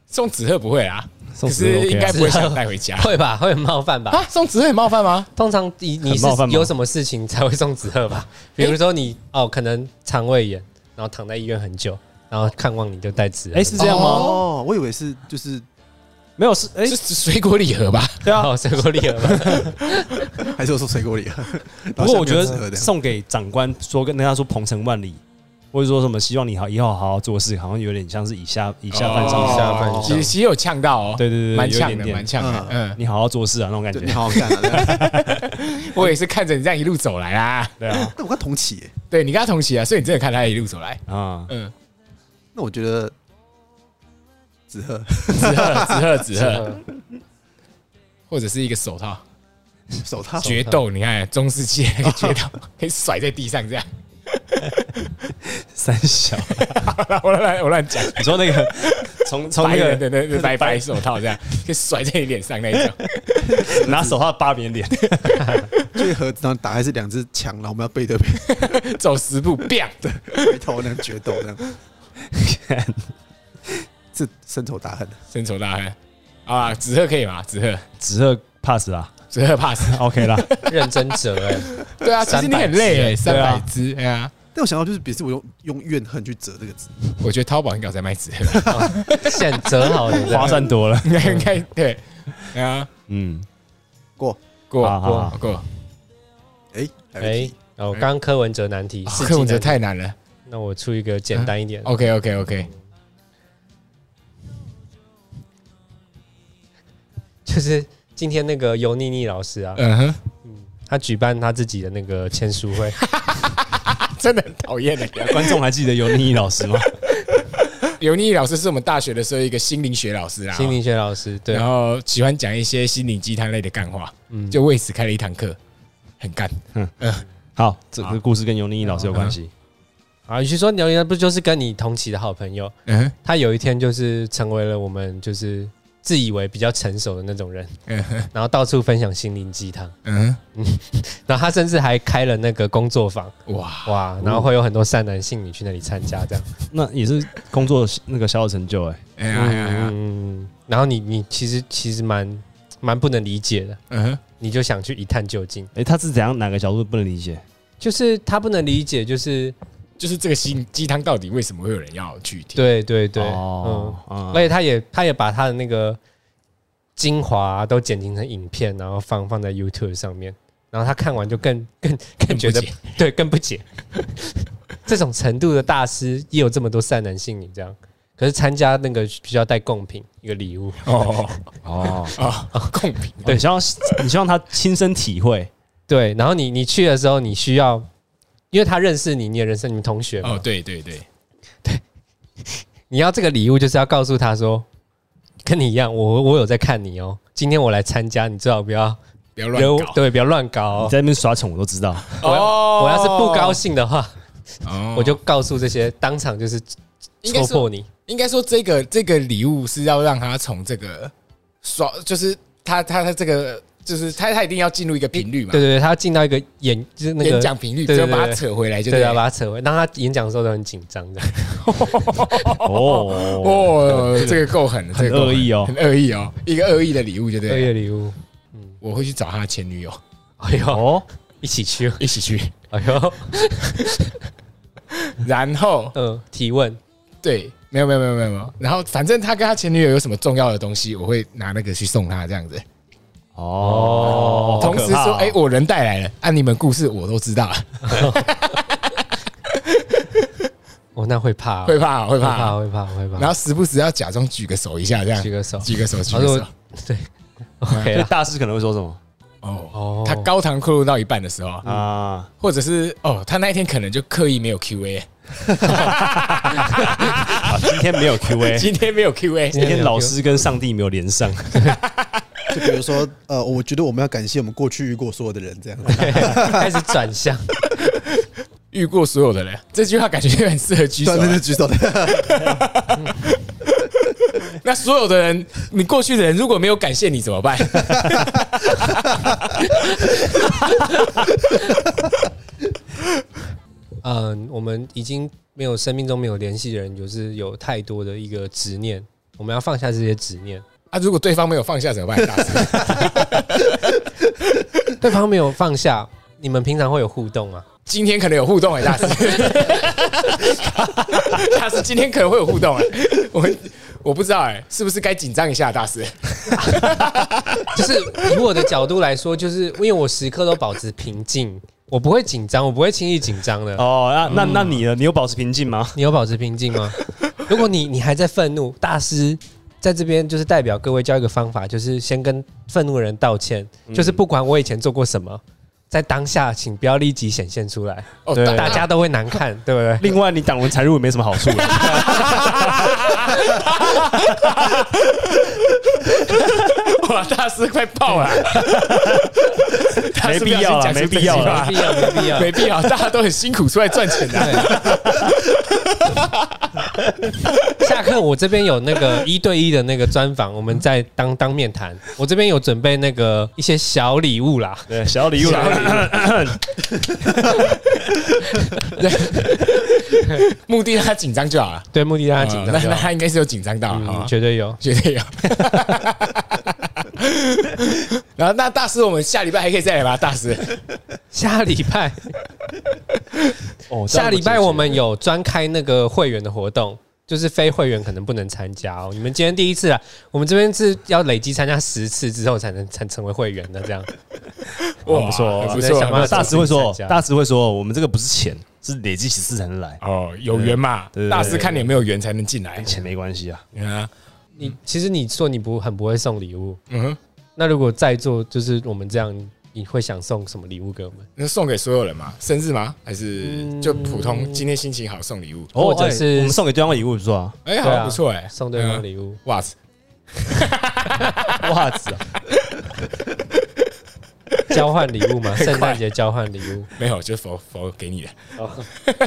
[SPEAKER 1] 送纸鹤不会啊，
[SPEAKER 4] 送
[SPEAKER 1] 可
[SPEAKER 4] 纸鹤
[SPEAKER 1] 是
[SPEAKER 4] OK 啊
[SPEAKER 1] 应该不会想带回家
[SPEAKER 4] 会吧，会很冒犯
[SPEAKER 2] [LAUGHS]
[SPEAKER 4] 吧？
[SPEAKER 1] [LAUGHS] 啊。送纸鹤很冒犯吗？
[SPEAKER 4] 通常你你是
[SPEAKER 2] 很冒犯吗
[SPEAKER 4] 有什么事情才会送纸鹤
[SPEAKER 2] [LAUGHS]
[SPEAKER 4] 吧？比如说你哦，可能肠胃炎，然后躺在医院很久，然后看望你就带纸鹤。
[SPEAKER 2] 哎、是这样吗？
[SPEAKER 3] 哦，我以为是就是
[SPEAKER 2] 没有是哎、
[SPEAKER 1] 是水果礼盒吧？
[SPEAKER 2] 对啊。
[SPEAKER 4] [LAUGHS] 哦，水果礼盒吧，
[SPEAKER 2] [LAUGHS]
[SPEAKER 3] 还是有送水果礼盒。
[SPEAKER 2] 不过我觉
[SPEAKER 3] 然后下面有纸鹤
[SPEAKER 2] 得
[SPEAKER 3] 这样
[SPEAKER 2] 送给长官说跟跟他说鹏程万里，或者说什么希望你好以后好好做事，好像有点像是以下以下犯上
[SPEAKER 4] 哦
[SPEAKER 2] 以
[SPEAKER 4] 下半身
[SPEAKER 1] 其实其实有呛到哦，
[SPEAKER 2] 对对对对
[SPEAKER 1] 蛮
[SPEAKER 2] 有一
[SPEAKER 1] 呛
[SPEAKER 2] 点
[SPEAKER 1] 的，
[SPEAKER 2] 点
[SPEAKER 1] 蛮呛的。嗯，
[SPEAKER 2] 你好好做事啊那种感
[SPEAKER 3] 对
[SPEAKER 2] 觉
[SPEAKER 3] 你。好好看啊这样！
[SPEAKER 1] 我也是看着你这样一路走来啦。
[SPEAKER 2] 对啊，
[SPEAKER 3] 哦但我跟他同期耶，
[SPEAKER 1] 对你跟他同期啊，所以你真的看他一路走来。
[SPEAKER 2] 啊，
[SPEAKER 1] 嗯，
[SPEAKER 3] 那我觉得纸鹤
[SPEAKER 1] 纸 [LAUGHS] 鹤，纸鹤，纸
[SPEAKER 4] 纸
[SPEAKER 1] 鹤，
[SPEAKER 4] 鹤
[SPEAKER 1] 或者是一个手套，
[SPEAKER 3] [LAUGHS] 手套
[SPEAKER 1] 决斗。你看中世纪那个决斗，可以甩在地上这样。 [LAUGHS]
[SPEAKER 2] 三小，
[SPEAKER 1] 我乱我乱讲，
[SPEAKER 2] [LAUGHS] 你
[SPEAKER 1] [LAUGHS]
[SPEAKER 2] 说那个从从
[SPEAKER 1] 白
[SPEAKER 2] 哦那
[SPEAKER 1] 人的
[SPEAKER 2] 个
[SPEAKER 1] 那那白白手套这样，可以甩在你脸上那一种。
[SPEAKER 2] 拿手套扒别人脸，
[SPEAKER 3] 就一盒子，然后打开是两只枪，然后我们要背对 [LAUGHS] 背
[SPEAKER 1] 走十步，biang， [LAUGHS]
[SPEAKER 3] 回头那样决斗这样。是深仇大恨，
[SPEAKER 1] 深仇大恨。好啊，纸鹤可以吗？纸鹤，
[SPEAKER 2] 纸鹤 pass 啦
[SPEAKER 1] 纸鹤 pass。
[SPEAKER 2] ，OK 啦。
[SPEAKER 4] 认真折哎、
[SPEAKER 1] [LAUGHS] 对啊，其实你很累哎，三
[SPEAKER 2] 对
[SPEAKER 1] 百
[SPEAKER 2] 啊
[SPEAKER 1] 只。哎呀，
[SPEAKER 3] 但我想到就是，比如说我用用怨恨去折这个字，
[SPEAKER 1] 我觉得淘宝应该有在卖纸鹤，
[SPEAKER 4] 现折好的，
[SPEAKER 2] 划算多了。 [LAUGHS]
[SPEAKER 1] 应该应该对。哎呀，
[SPEAKER 2] 嗯，
[SPEAKER 3] 过
[SPEAKER 1] 过
[SPEAKER 2] 好好
[SPEAKER 1] 过
[SPEAKER 2] 好
[SPEAKER 1] 过，
[SPEAKER 3] 哎还有一
[SPEAKER 4] 哎
[SPEAKER 3] 题，
[SPEAKER 4] 哦，
[SPEAKER 2] 嗯
[SPEAKER 4] 刚刚柯文哲难
[SPEAKER 2] 啊
[SPEAKER 4] 题，世纪
[SPEAKER 1] 啊柯文哲
[SPEAKER 4] 难题
[SPEAKER 1] 太难了。
[SPEAKER 4] 那我出一个简单一
[SPEAKER 2] 嗯
[SPEAKER 4] 点。
[SPEAKER 1] OK OK OK，
[SPEAKER 4] 就是今天那个尤妮妮老师啊，
[SPEAKER 1] 嗯哼，
[SPEAKER 4] 她举办她自己的那个签书会，
[SPEAKER 1] 真的很讨厌的。 [LAUGHS]
[SPEAKER 2] 观众还记得尤妮妮老师吗？
[SPEAKER 1] 刘妮老师是我们大学的时候一个心灵学老师啊，
[SPEAKER 4] 心理学老师对
[SPEAKER 1] 然，后喜欢讲一些心灵鸡汤类的干话，
[SPEAKER 4] 嗯
[SPEAKER 1] 就为此开了一堂课，很干。
[SPEAKER 2] 好，这个故事跟尤妮妮老师有关系。
[SPEAKER 4] 啊，与其说刘妮，不就是跟你同期的好朋友？
[SPEAKER 1] 嗯哼
[SPEAKER 4] 她有一天就是成为了我们就是自以为比较成熟的那种人，
[SPEAKER 1] 嗯哼
[SPEAKER 4] 然后到处分享心灵鸡汤，
[SPEAKER 1] 嗯
[SPEAKER 4] 然后她甚至还开了那个工作坊，
[SPEAKER 1] 哼，哇，
[SPEAKER 4] 哇，然后会有很多善男信女去那里参加这样。
[SPEAKER 2] 那也是工作那个小有成就哎、
[SPEAKER 1] 哎呀哎呀哎呀，
[SPEAKER 4] 嗯，然后你你其实其实蛮蛮不能理解的，
[SPEAKER 1] 嗯哼，
[SPEAKER 4] 你就想去一探究竟。
[SPEAKER 2] 哎、他是怎样哪个角度不能理解？
[SPEAKER 4] 就是他不能理解，就是
[SPEAKER 1] 就是这个心鸡汤到底为什么会有人要去听？
[SPEAKER 4] 对对对，
[SPEAKER 2] 哦，
[SPEAKER 4] 嗯，
[SPEAKER 2] 嗯
[SPEAKER 4] 而且他也他也把他的那个精华啊、都剪辑成影片，然后放放在 YouTube 上面，然后他看完就更 [LAUGHS] 更更觉得
[SPEAKER 1] 更不
[SPEAKER 4] [LAUGHS] 对更不解，这种程度的大师也有这么多善男信女这样，可是参加那个需要带贡品一个礼物，
[SPEAKER 1] 哦
[SPEAKER 2] 哦，
[SPEAKER 1] [LAUGHS] 哦哦，共鸣
[SPEAKER 2] 对，希望你希望他亲身体会
[SPEAKER 4] 对，然后你你去的时候你需要，因为他认识你，你也认识你们同学嘛，
[SPEAKER 1] 哦，对对对，
[SPEAKER 4] 你要这个礼物，就是要告诉他说，跟你一样，我我有在看你哦。今天我来参加，你最好不要
[SPEAKER 1] 不要乱搞。
[SPEAKER 4] 对，不要乱搞、
[SPEAKER 2] 你
[SPEAKER 4] 哦。
[SPEAKER 2] 在那边耍宠，我都知 [LAUGHS] 道。
[SPEAKER 1] 哦
[SPEAKER 4] 我要是不高，兴的话，
[SPEAKER 1] 哦
[SPEAKER 4] 我就告诉这些，当场就是
[SPEAKER 1] 应该
[SPEAKER 4] 戳
[SPEAKER 1] 说
[SPEAKER 4] 破你。
[SPEAKER 1] 应该说这个这个礼物是要让他从这个爽，就是他他他这个就是他他一定要进入一个频率嘛
[SPEAKER 4] 对，对对，他要进到一个演，就是那
[SPEAKER 1] 嗯
[SPEAKER 4] 个
[SPEAKER 1] 演讲频率，
[SPEAKER 4] 对
[SPEAKER 1] 只
[SPEAKER 4] 对
[SPEAKER 1] 要
[SPEAKER 4] 对
[SPEAKER 1] 把它扯回来就
[SPEAKER 4] 对
[SPEAKER 1] 了
[SPEAKER 4] 要把他扯回，让他演讲的时候都很紧张的。
[SPEAKER 2] 哦，
[SPEAKER 1] 哦，这个够狠，这
[SPEAKER 2] 很
[SPEAKER 1] 个够狠
[SPEAKER 2] 恶意哦
[SPEAKER 1] 很恶意哦，一个恶意的礼物就
[SPEAKER 4] 二
[SPEAKER 1] 对
[SPEAKER 4] 月
[SPEAKER 1] 了。
[SPEAKER 4] 礼物，
[SPEAKER 1] 我会去找他的前女友
[SPEAKER 4] 哎呦，
[SPEAKER 2] 哦，
[SPEAKER 4] 一起去，
[SPEAKER 1] 一起去，
[SPEAKER 4] 哎呦，
[SPEAKER 1] 然后
[SPEAKER 4] 嗯，提问，
[SPEAKER 1] 对，没有没有没有没有没有，然后反正他跟他前女友有什么重要的东西，我会拿那个去送他这样子。
[SPEAKER 2] 哦，
[SPEAKER 1] 同时说，哎，我人带来了，按你们故事我都知道了。
[SPEAKER 4] 我哦，那会怕哦，
[SPEAKER 1] 会怕会
[SPEAKER 4] 会怕，
[SPEAKER 1] 怕，
[SPEAKER 4] 会怕，会怕。
[SPEAKER 1] 然后时不时要假装举个手一下，这样
[SPEAKER 4] 举个手
[SPEAKER 1] 举个手，举
[SPEAKER 4] 他
[SPEAKER 1] 个
[SPEAKER 4] 说
[SPEAKER 1] 手。
[SPEAKER 4] 对，OK
[SPEAKER 2] 所以
[SPEAKER 4] 啦。
[SPEAKER 2] 大师可能会说什么
[SPEAKER 1] 哦，
[SPEAKER 4] 哦，
[SPEAKER 1] 他高堂刻录到一半的时候啊，
[SPEAKER 2] 啊？
[SPEAKER 1] 或者是哦，他那一天可能就刻意没有 Q&A，
[SPEAKER 2] 啊今天 [LAUGHS] 没有 Q&A，
[SPEAKER 1] 今天没有 Q&A，
[SPEAKER 2] 今天老师跟上帝没有连上，
[SPEAKER 3] 就比如说， [LAUGHS] 呃，我觉得我们要感谢我们过去遇过所有的人，这样子。
[SPEAKER 4] 开始转向，
[SPEAKER 1] 遇过所有的人，这句话感觉很适合举手
[SPEAKER 3] 对，
[SPEAKER 1] 啊。
[SPEAKER 3] 那是举 [LAUGHS] 手的。
[SPEAKER 1] 那所有的人，你过去的人如果没有感谢你怎么办？
[SPEAKER 4] 嗯，我们已经没有生命中没有联系的人，就是有太多的一个执念，我们要放下这些执念。
[SPEAKER 1] 啊，如果对方没有放下怎么办？大师，
[SPEAKER 4] 对方没有放下，你们平常会有互动吗？
[SPEAKER 1] 今天可能有互动哎、 [LAUGHS] 大师，大师今天可能会有互动哎、我们我不知道哎、是不是该紧张一下？大师，
[SPEAKER 4] 就是以我的角度来说，就是因为我时刻都保持平静，我不会紧张，我不会轻易紧张的。
[SPEAKER 2] [LAUGHS] 哦，那那那你呢？你有保持平静吗？
[SPEAKER 4] 你有保持平静吗？如果你你还在愤怒，大师在这边就是代表各位教一个方法，就是先跟愤怒的人道歉，就是不管我以前做过什么，在当下请不要立即显现出来，
[SPEAKER 1] 哦，
[SPEAKER 2] 对
[SPEAKER 4] 大家都会难 [LAUGHS] 看，对不对？
[SPEAKER 2] 另外，你挡人财路也没什么好处了。
[SPEAKER 1] [LAUGHS] 哇，大师快爆 [LAUGHS] 了，大师不小心讲出
[SPEAKER 2] 没必要啦
[SPEAKER 1] 这
[SPEAKER 4] 没
[SPEAKER 1] 句
[SPEAKER 4] 必要，
[SPEAKER 1] 话，。啊 [LAUGHS]
[SPEAKER 4] 没必要
[SPEAKER 1] 没必要，大家都很辛苦出来赚钱的、啊
[SPEAKER 4] 对下课我这边有那个一对一的那个专访，我们在当当面谈。我这边有准备那个一些小礼物啦，
[SPEAKER 2] [LAUGHS] 对，小礼物啦， [LAUGHS]
[SPEAKER 1] 目的让他紧张就好了。
[SPEAKER 4] 对，目的让他紧张
[SPEAKER 1] 哦那
[SPEAKER 4] 就
[SPEAKER 1] 那
[SPEAKER 4] 好。
[SPEAKER 1] 他应该是有紧张到，好啊
[SPEAKER 4] 嗯，
[SPEAKER 1] 吧
[SPEAKER 4] 绝对有。
[SPEAKER 1] 绝对有。 [LAUGHS] 然后那大师，我们下礼拜还可以再来吧，大师。
[SPEAKER 4] 下礼
[SPEAKER 1] [LAUGHS]
[SPEAKER 4] 拜，
[SPEAKER 2] 哦
[SPEAKER 4] 下礼拜我们有专开那个会员的活动，就是非会员可能不能参加哦。你们今天第一次啊，我们这边是要累积参加十次之后才能才成为会员的，
[SPEAKER 1] [LAUGHS]
[SPEAKER 4] 这样
[SPEAKER 1] 嗯哇，
[SPEAKER 2] 哦不错
[SPEAKER 1] 很不
[SPEAKER 4] 哎我在想
[SPEAKER 1] 错哦
[SPEAKER 4] 办法
[SPEAKER 2] 大师会说
[SPEAKER 4] 自己参，加
[SPEAKER 2] 大师会说，我们这个不是钱，是累积几次才能来，
[SPEAKER 1] 哦，有缘嘛
[SPEAKER 2] 对对对对，
[SPEAKER 1] 大师看你有没有缘才能进来
[SPEAKER 2] 跟钱没关系啊。
[SPEAKER 1] 啊。
[SPEAKER 4] 你其实你说你不很不会送礼物，
[SPEAKER 1] 嗯哼，
[SPEAKER 4] 那如果在座就是我们这样，你会想送什么礼物给我们？
[SPEAKER 1] 那送给所有人嘛？生日吗？还是就
[SPEAKER 4] 嗯
[SPEAKER 1] 普通？今天心情好送礼物？
[SPEAKER 4] 哦或者
[SPEAKER 2] 哎
[SPEAKER 4] 是
[SPEAKER 2] 我们送给对方礼物，是
[SPEAKER 4] [LAUGHS]
[SPEAKER 2] 吧？
[SPEAKER 1] 哎，好
[SPEAKER 4] 对啊
[SPEAKER 1] 像不错哎，
[SPEAKER 4] 送对方
[SPEAKER 1] 物。
[SPEAKER 4] 礼物，
[SPEAKER 1] 哇塞，
[SPEAKER 2] 袜子啊，
[SPEAKER 4] 交换礼物
[SPEAKER 1] [LAUGHS]
[SPEAKER 4] 吗？圣诞节交换礼物， [LAUGHS]
[SPEAKER 1] 没有，就佛佛给你的，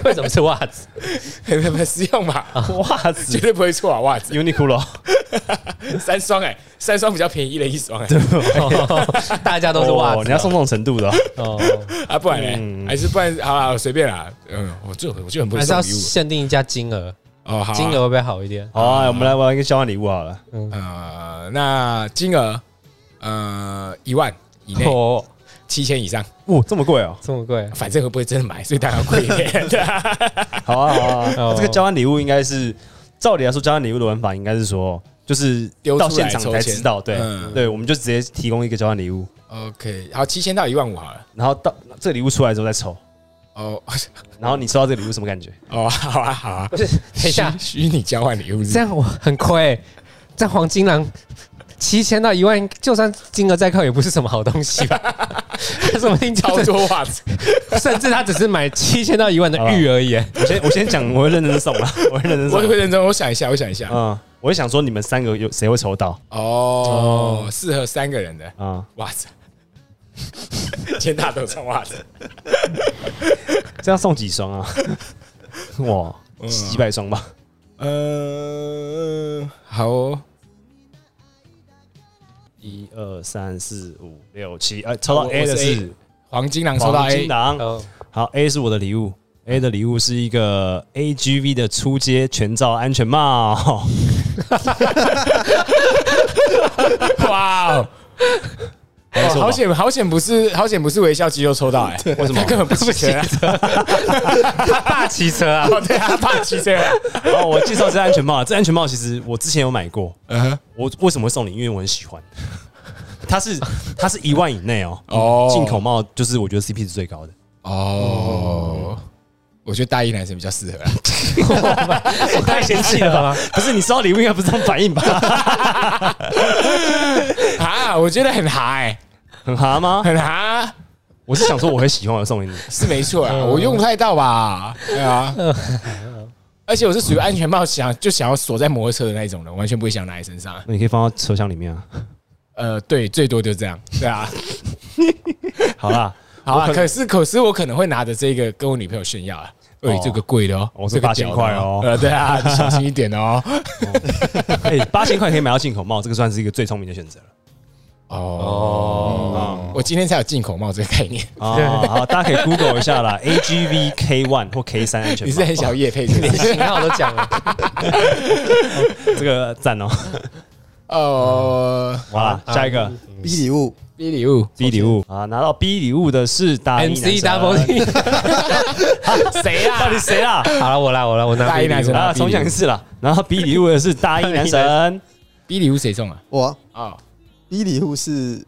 [SPEAKER 4] 为什么是袜子？
[SPEAKER 1] 很 [LAUGHS] 很实用嘛，
[SPEAKER 2] [LAUGHS]
[SPEAKER 4] 啊
[SPEAKER 2] 袜
[SPEAKER 1] 绝
[SPEAKER 2] 子
[SPEAKER 4] [LAUGHS]
[SPEAKER 1] 对不会错啊！袜子
[SPEAKER 2] ，Uniqlo，
[SPEAKER 1] 三双哎，三双比较便宜，一人一双哎。
[SPEAKER 4] 哦大家都是袜
[SPEAKER 2] 哦
[SPEAKER 4] 子
[SPEAKER 2] 你要送这种程度的啊，
[SPEAKER 4] 哦，
[SPEAKER 1] 啊，不然
[SPEAKER 2] 嗯
[SPEAKER 1] 呢？还是不然，好啦，随便啦。嗯，我就我就很不
[SPEAKER 4] 还
[SPEAKER 1] 会
[SPEAKER 4] 是
[SPEAKER 1] 送
[SPEAKER 4] 要
[SPEAKER 1] 礼物
[SPEAKER 4] 限定一下金额，
[SPEAKER 1] 哦，好啊
[SPEAKER 4] 金额会不会好一点？
[SPEAKER 2] 好啊，我们来玩一个交换礼物好了。
[SPEAKER 1] 呃，那金额呃一万以内，
[SPEAKER 4] 哦，
[SPEAKER 1] 七千以上，
[SPEAKER 2] 哇，这么贵
[SPEAKER 4] [LAUGHS]
[SPEAKER 2] 哦！
[SPEAKER 4] 这么贵，
[SPEAKER 1] 反正会不会真的买，所以当然贵一点。对啊
[SPEAKER 2] 好啊，好啊，
[SPEAKER 4] 哦
[SPEAKER 2] 这个交换礼物应该是，照理来说，交换礼物的玩法应该是说，就是
[SPEAKER 1] 丢出
[SPEAKER 2] 到
[SPEAKER 1] 来
[SPEAKER 2] 现场才知道，
[SPEAKER 1] 抽签
[SPEAKER 2] 对
[SPEAKER 1] 嗯
[SPEAKER 2] 对，我们就直接提供一个交换礼物，
[SPEAKER 1] OK，好，七千到一万五好了。
[SPEAKER 2] 然后到这个礼物出来之后再抽，
[SPEAKER 1] 哦 [LAUGHS]
[SPEAKER 2] 然后你收到这个礼物什么感觉？
[SPEAKER 1] 哦，好啊，好啊。
[SPEAKER 4] 不 [LAUGHS] 是，等一下，
[SPEAKER 1] 虚虚拟交换礼物是不是
[SPEAKER 4] 这样我很亏欸，这样黄金狼七千到一万，就算金额再高，也不是什么好东西吧？ [LAUGHS] 他说不定
[SPEAKER 1] 超
[SPEAKER 4] 就是，
[SPEAKER 1] 多袜子，
[SPEAKER 4] 甚至他只是买七千到一万的玉而已欸。
[SPEAKER 2] 我先我先讲，我会认真送啊， [LAUGHS] 我会认真
[SPEAKER 1] 我会
[SPEAKER 2] 送。
[SPEAKER 1] 认真，我想一下，我想一下。
[SPEAKER 2] 嗯，我会想说你们三个有谁会抽到
[SPEAKER 1] 哦，适合三个人的
[SPEAKER 2] 啊？
[SPEAKER 1] 袜子， [LAUGHS] 天大都穿袜子。
[SPEAKER 2] 这样送几双啊？ [LAUGHS] 哇，
[SPEAKER 1] 嗯
[SPEAKER 2] 几百双吧？
[SPEAKER 1] 呃，好哦，
[SPEAKER 2] 一二三四五六七，呃，抽到
[SPEAKER 1] 我
[SPEAKER 2] A 的
[SPEAKER 1] 我是 A
[SPEAKER 2] 是
[SPEAKER 1] 黄金狼抽到
[SPEAKER 2] 黄
[SPEAKER 1] A，
[SPEAKER 2] 金狼，
[SPEAKER 4] 哦，
[SPEAKER 2] 好，A 是我的礼物，A 的礼物是一个 AGV 的出街全罩安全帽。
[SPEAKER 1] 哇哦！
[SPEAKER 2] 还是我
[SPEAKER 1] 好险，好险不是，好险不是微笑肌肉抽到哎、为什么？他根本不骑车、啊，
[SPEAKER 4] 他爸骑车啊，
[SPEAKER 1] 哦，对啊，他怕骑车、啊。
[SPEAKER 2] 哦，我介绍这安全帽，这安全帽其实我之前有买过，我为什么会送你？因为我很喜欢。它是它是一万以内哦，
[SPEAKER 1] 哦
[SPEAKER 2] 进口帽就是我觉得 CP 值最高的。
[SPEAKER 1] 哦，我觉得大一男生比较适合啊啦。
[SPEAKER 2] 哦
[SPEAKER 4] 我太嫌弃了吧？
[SPEAKER 2] 不是你收到礼物应该不是这种反应吧？
[SPEAKER 1] [LAUGHS] 啊，我觉得很哈哎、
[SPEAKER 2] 很哈吗？
[SPEAKER 1] 很哈，
[SPEAKER 2] 我是想说我会喜欢而送给你，
[SPEAKER 1] 是没错啊，我用不太到吧？对啊，而且我是属于安全帽想就想要锁在摩托车的那一种人，完全不会想拿在身上。
[SPEAKER 2] 那你可以放到车厢里面啊。
[SPEAKER 1] 呃，对，最多就这样，对 [LAUGHS] 啊。
[SPEAKER 2] 好啦，
[SPEAKER 1] 好啊，
[SPEAKER 2] 我可
[SPEAKER 1] 可是可是我可能会拿着这个跟我女朋友炫耀啊，哎
[SPEAKER 2] 哦，
[SPEAKER 1] 这个贵的哦，
[SPEAKER 2] 我是
[SPEAKER 1] 这个
[SPEAKER 2] 8000
[SPEAKER 1] 屌的
[SPEAKER 2] 块哦
[SPEAKER 1] 呃，对啊，你小心一点 [LAUGHS] 哦。
[SPEAKER 2] 哎，八千块可以买到进口帽，这个算是一个最聪明的选择了。
[SPEAKER 1] 哦，我今天才有进口帽这个概念，
[SPEAKER 2] 啊，好，大家可以 Google 一下啦，A G V K One 或 K 三安全
[SPEAKER 1] 你
[SPEAKER 2] 帽。
[SPEAKER 1] 是很想夜配是不 [LAUGHS] 是？
[SPEAKER 4] 型号都 [LAUGHS] 讲了，
[SPEAKER 2] 这个赞哦。
[SPEAKER 1] 哦
[SPEAKER 2] 好啦，下一个
[SPEAKER 3] 逼礼物，
[SPEAKER 1] ，B 礼物
[SPEAKER 2] B 礼物啊，拿到 B 礼物的是大一
[SPEAKER 4] M
[SPEAKER 2] 男
[SPEAKER 4] C
[SPEAKER 2] 生
[SPEAKER 4] Double E D。
[SPEAKER 1] 谁
[SPEAKER 2] 到底
[SPEAKER 1] 啊？
[SPEAKER 2] 谁啦？
[SPEAKER 4] 好了，我来，我来，我拿
[SPEAKER 1] 大一男生
[SPEAKER 2] 啊，重讲一次啦。然后 B 礼物的是大一男神，
[SPEAKER 1] b 礼物谁送啊？
[SPEAKER 3] 我啊
[SPEAKER 1] 哦，
[SPEAKER 3] 逼礼物是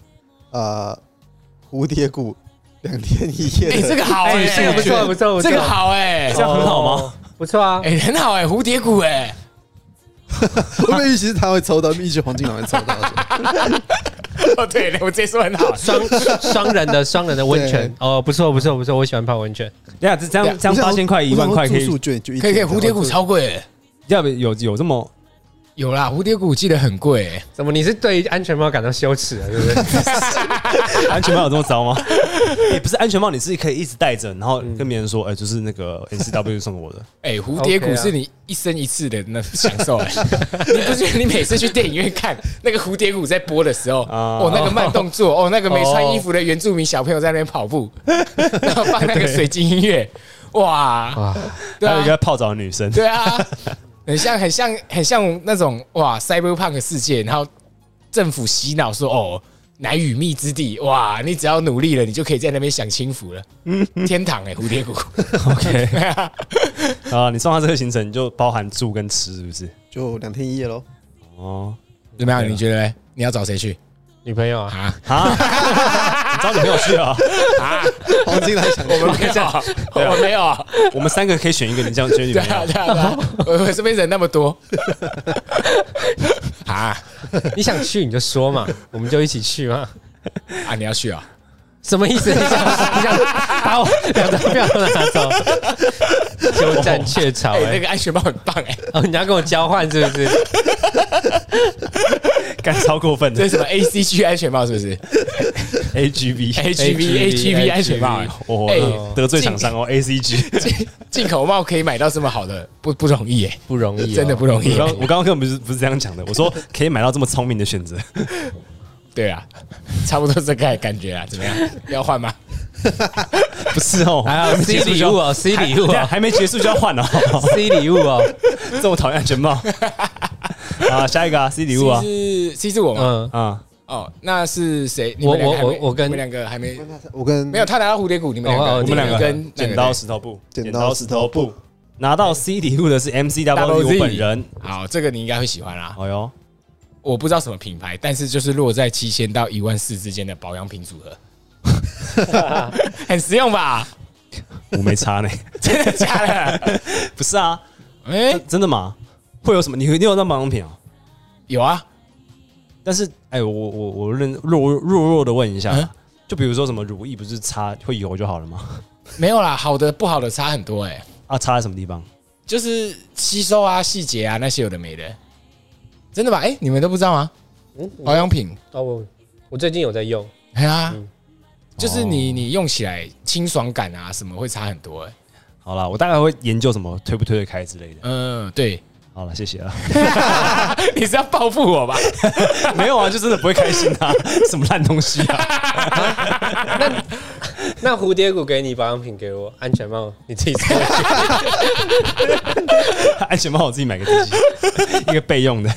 [SPEAKER 3] 呃蝴蝶谷两天一夜
[SPEAKER 1] 哎，
[SPEAKER 3] 的，
[SPEAKER 1] 这个好哎，
[SPEAKER 4] 这个不错，不错，不错
[SPEAKER 1] 这个，好哎
[SPEAKER 2] 这，样很好吗？
[SPEAKER 4] 不错啊，
[SPEAKER 1] 哎，很好哎，蝴蝶谷哎，
[SPEAKER 3] 我本来预期是他会抽到，预期黄金狼会抽到的，
[SPEAKER 1] [LAUGHS] 哦，对，我直接说很好，
[SPEAKER 4] 双双人的双人的温泉
[SPEAKER 3] 对
[SPEAKER 4] 哦，不错，不错，不错，我喜欢泡温泉。
[SPEAKER 2] 对啊，这这
[SPEAKER 1] 对
[SPEAKER 2] 样
[SPEAKER 1] 啊
[SPEAKER 2] 这样八千块一万块可
[SPEAKER 3] 我想说住
[SPEAKER 2] 以
[SPEAKER 3] 宿，券就一
[SPEAKER 1] 可以可以，
[SPEAKER 3] 天
[SPEAKER 1] 蝴蝶谷超贵哎，
[SPEAKER 2] 要不有有这么
[SPEAKER 1] 有啦，蝴蝶谷记得很贵哎，
[SPEAKER 4] 怎么？你是对安全帽感到羞耻啊了，对不对？
[SPEAKER 2] 安全帽有这么糟吗？也不是安全帽，你是可以一直戴着，然后跟别人说，哎，就是那个 N C W 送我的，
[SPEAKER 1] 哎、蝴蝶谷
[SPEAKER 4] OK 啊
[SPEAKER 1] 是你一生一次的那享受、哎 [LAUGHS] 你不觉得你每次去电影院看那个蝴蝶谷在播的时候，
[SPEAKER 2] 啊
[SPEAKER 1] 哦，那个慢动作，哦，那个没穿衣服的原住民小朋友在那边跑
[SPEAKER 4] [LAUGHS]
[SPEAKER 1] 步，然后放那个水晶音乐，哇，
[SPEAKER 4] [LAUGHS] 哇，
[SPEAKER 1] 对
[SPEAKER 2] 还有一个
[SPEAKER 1] 啊
[SPEAKER 2] 在，泡澡的女生，
[SPEAKER 1] 对啊，很像，很像，很像那种哇，cyberpunk 世界，然后政府洗脑说，哦，乃与密之地，哇，你只要努力了，你就可以在那边享清福了，天堂哎、蝴蝶谷
[SPEAKER 2] OK 啊，你送他这个行程就包含住跟吃，是不是？
[SPEAKER 3] 就两天一夜喽。
[SPEAKER 2] 哦，
[SPEAKER 1] [LAUGHS] 怎么样？你觉得嘞？你要找谁去
[SPEAKER 4] 女朋友啊，
[SPEAKER 1] 啊？
[SPEAKER 2] 啊，你找女朋友去啊？
[SPEAKER 1] 啊，
[SPEAKER 3] [LAUGHS] 黄金来想
[SPEAKER 1] 我们没有，我没有，
[SPEAKER 2] 我们三个可以选一个，你这样选女
[SPEAKER 1] 啊对
[SPEAKER 2] 朋
[SPEAKER 1] 啊，
[SPEAKER 2] 友
[SPEAKER 1] 对啊，对啊，我我这边人那么多， [LAUGHS] 啊
[SPEAKER 4] 你想去你就说嘛， [LAUGHS] 我们就一起去嘛。
[SPEAKER 1] 啊，你要去啊？
[SPEAKER 4] 什么意思？你想你想把我两张票都拿走？鸠占鹊巢
[SPEAKER 1] 哎，那
[SPEAKER 4] 哎！
[SPEAKER 1] 个安全帽很棒哎，
[SPEAKER 4] 哦，你要跟我交换是 [LAUGHS] 不是？
[SPEAKER 2] 干超过分
[SPEAKER 1] 这
[SPEAKER 2] 的
[SPEAKER 1] 是什么 A C G 安全帽是不是
[SPEAKER 2] A G B
[SPEAKER 1] ？A G V A G V 安全帽哎，
[SPEAKER 2] 哦
[SPEAKER 1] 哎，
[SPEAKER 2] 得罪厂商哦，A C G。
[SPEAKER 1] 进 [LAUGHS] 进口帽可以买到这么好的，不不容易哎，
[SPEAKER 4] 不容易哦，
[SPEAKER 1] 真的不容
[SPEAKER 2] [LAUGHS] 我
[SPEAKER 1] 易
[SPEAKER 2] 刚。我刚刚根本不是不是这样讲的，我说可以买到这么聪明的选择，
[SPEAKER 1] 对啊，差不多这个感觉啊，怎么
[SPEAKER 4] [LAUGHS]
[SPEAKER 1] 样？要换吗？
[SPEAKER 2] [LAUGHS] 不是 [LAUGHS] 哦。
[SPEAKER 4] 还有 C 礼物哦，C 礼物
[SPEAKER 2] 对
[SPEAKER 4] [LAUGHS]
[SPEAKER 2] 啊
[SPEAKER 4] 哦
[SPEAKER 2] 还没结束就要 [LAUGHS] 换哦，
[SPEAKER 4] ，C 礼物哦，
[SPEAKER 2] 这么讨厌安 [LAUGHS] 全帽啊！下一个啊，C 礼物啊
[SPEAKER 1] C 是 C 是我吗？
[SPEAKER 4] 嗯，
[SPEAKER 2] 啊，
[SPEAKER 1] 哦，那是谁？你
[SPEAKER 4] 我
[SPEAKER 1] 们两个还没
[SPEAKER 4] 我我跟
[SPEAKER 1] 你们两个还没
[SPEAKER 3] 我跟
[SPEAKER 1] 没有，他拿到蝴蝶谷，你们两
[SPEAKER 4] 哦哦
[SPEAKER 1] 个
[SPEAKER 4] 我
[SPEAKER 2] 我们两个
[SPEAKER 1] 跟那
[SPEAKER 2] 剪刀石头布，
[SPEAKER 3] 剪刀石头布。
[SPEAKER 2] 拿到 C 礼物的是 M C
[SPEAKER 1] Double
[SPEAKER 2] W
[SPEAKER 1] Z
[SPEAKER 2] 我本人，
[SPEAKER 1] 好，这个你应该会喜欢啦。啊
[SPEAKER 2] 哎呦，
[SPEAKER 1] 我不知道什么品牌，但是就是落在七千到一万四之间的保养品组
[SPEAKER 4] [LAUGHS]
[SPEAKER 1] 合，很实用吧？
[SPEAKER 2] 我没差呢， [LAUGHS]
[SPEAKER 1] 真的假的？
[SPEAKER 2] 不是啊，
[SPEAKER 1] 哎、
[SPEAKER 2] 真的吗？会有什么？你你有那保养品啊？
[SPEAKER 1] 有啊，
[SPEAKER 2] 但是，哎，我我我认弱弱弱的问一
[SPEAKER 1] 嗯
[SPEAKER 2] 下，就比如说什么乳液，不是擦会油就好了吗？ [LAUGHS]
[SPEAKER 1] 没有啦，好的不好的差很多哎、
[SPEAKER 2] 啊，擦在什么地方？
[SPEAKER 1] 就是吸收啊、细节啊那些有的没的，真的吧？哎、你们都不知道吗？保养品，
[SPEAKER 4] 哦，我我最近有在用，
[SPEAKER 1] 哎呀、
[SPEAKER 4] 嗯
[SPEAKER 1] 就是你你用起来清爽感啊什么会差很多哎、
[SPEAKER 2] 好啦，我大概会研究什么推不推得开之类的。
[SPEAKER 1] 嗯，对， [LAUGHS]
[SPEAKER 2] 好了，谢谢啊。 [LAUGHS]
[SPEAKER 1] 你是要报复我吧？ [LAUGHS]
[SPEAKER 2] 没有啊，就真的不会开心啊， [LAUGHS] 什么烂东西啊！
[SPEAKER 4] 那蝴蝶谷给你保养品，给我安全帽，你自己吃。 [LAUGHS]
[SPEAKER 2] 安全帽我自己买给自己， [LAUGHS] 一个备用的。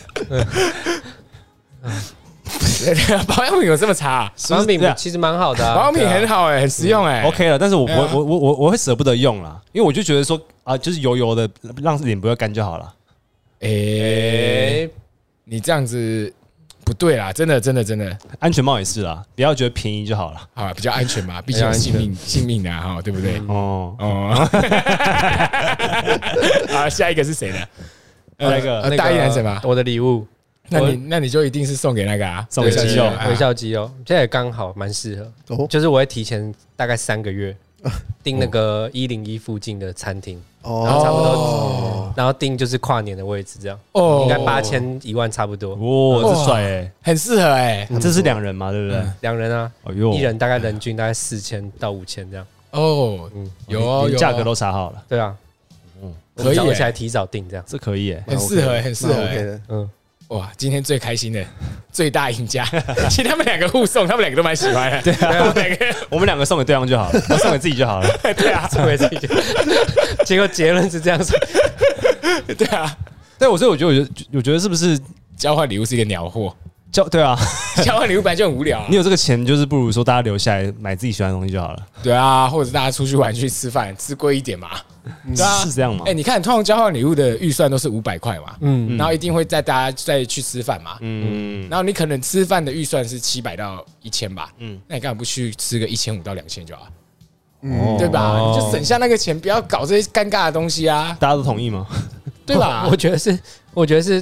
[SPEAKER 1] 保养品有这么差、啊？
[SPEAKER 4] 保养品
[SPEAKER 2] 对啊
[SPEAKER 4] 其实蛮好的啊，
[SPEAKER 1] 保养品很好哎、很实用哎、
[SPEAKER 2] OK 了，但是我不
[SPEAKER 1] 哎呀
[SPEAKER 2] 会，我我我我会舍不得用啦，因为我就觉得说啊，就是油油的，让脸不要干就好了。
[SPEAKER 1] 诶、
[SPEAKER 4] 哎，
[SPEAKER 1] 你这样子不对啦，真的真的真的，
[SPEAKER 2] 安全帽也是啦，不要觉得便宜就好了。
[SPEAKER 1] 好啦，比较安全嘛，毕竟有性命性命啊，哈，对不对？
[SPEAKER 2] 哦，
[SPEAKER 1] 哦，啊，下一个是谁呢？
[SPEAKER 2] 下一个
[SPEAKER 1] 呃大一男神吧？
[SPEAKER 4] 我的礼物
[SPEAKER 1] 那
[SPEAKER 4] 我
[SPEAKER 1] 你那你就一定是送给那个啊，
[SPEAKER 2] 送给
[SPEAKER 1] 对
[SPEAKER 2] 肌肉
[SPEAKER 1] 啊
[SPEAKER 4] 微笑肌肉，这也刚好蛮适合。
[SPEAKER 3] 哦
[SPEAKER 4] 就是我会提前大概三个月订那个一零一附近的餐厅，然后差不
[SPEAKER 1] 哦
[SPEAKER 4] 多，然后订就是跨年的位置，这样
[SPEAKER 1] 哦
[SPEAKER 4] 应该八千一万差不多。
[SPEAKER 2] 哇，这帅哎，
[SPEAKER 1] 很适合哎，
[SPEAKER 2] 这是两人嘛，对
[SPEAKER 1] 嗯
[SPEAKER 2] 不对？
[SPEAKER 4] 两人啊，
[SPEAKER 2] 哎呦，
[SPEAKER 4] 一人大概人均大概四千到五千这样。
[SPEAKER 1] 哦，
[SPEAKER 4] 嗯，
[SPEAKER 1] 有哦
[SPEAKER 2] 连
[SPEAKER 1] 有哦
[SPEAKER 2] 价格都查好了，
[SPEAKER 4] 对啊，
[SPEAKER 1] 可
[SPEAKER 4] 我们
[SPEAKER 1] 以
[SPEAKER 4] 早而且
[SPEAKER 1] 欸，
[SPEAKER 4] 还提早订这样。
[SPEAKER 2] 这可以哎。
[SPEAKER 1] 很适合欸，很适合
[SPEAKER 3] OK
[SPEAKER 1] 欸。
[SPEAKER 3] 的。
[SPEAKER 4] 嗯，
[SPEAKER 1] 哇，今天最开心的最大赢家， [LAUGHS] 其实他们两个互送，他们两个都蛮喜欢的，对啊，两个
[SPEAKER 2] [LAUGHS] 我们两个送给对方就好 [LAUGHS] 了，我送给自己就好了。
[SPEAKER 1] 对啊
[SPEAKER 4] 这回自己结果结论是这样说，
[SPEAKER 1] 对啊，
[SPEAKER 2] 对，我所以我觉得，我觉得，我觉得是不是
[SPEAKER 1] 交换礼物是一个鸟货，
[SPEAKER 2] 交对啊？ [LAUGHS]
[SPEAKER 1] 交换礼物本来就很无聊啊
[SPEAKER 2] 你，有这个钱，就是不如说大家留下来买自己喜欢的东西就好了，
[SPEAKER 1] 对啊，或者大家出去玩去吃饭，吃贵一点嘛，
[SPEAKER 2] 嗯
[SPEAKER 1] 对啊
[SPEAKER 2] 是。这样吗
[SPEAKER 1] 哎、？你看，通常交换礼物的预算都是五百块嘛，
[SPEAKER 4] 嗯，
[SPEAKER 1] 然后一定会带大家再去吃饭嘛，
[SPEAKER 2] 嗯，
[SPEAKER 1] 然后你可能吃饭的预算是七百到一千吧，
[SPEAKER 2] 嗯
[SPEAKER 1] 嗯，那你干嘛不去吃个一千五到两千就好了，啊
[SPEAKER 2] 哦
[SPEAKER 1] 对吧？你就省下那个钱，不要搞这些尴尬的东西啊，
[SPEAKER 2] 大家都同意吗？ [LAUGHS]
[SPEAKER 1] 对 [LAUGHS] 吧？
[SPEAKER 4] 我觉得是，我觉得是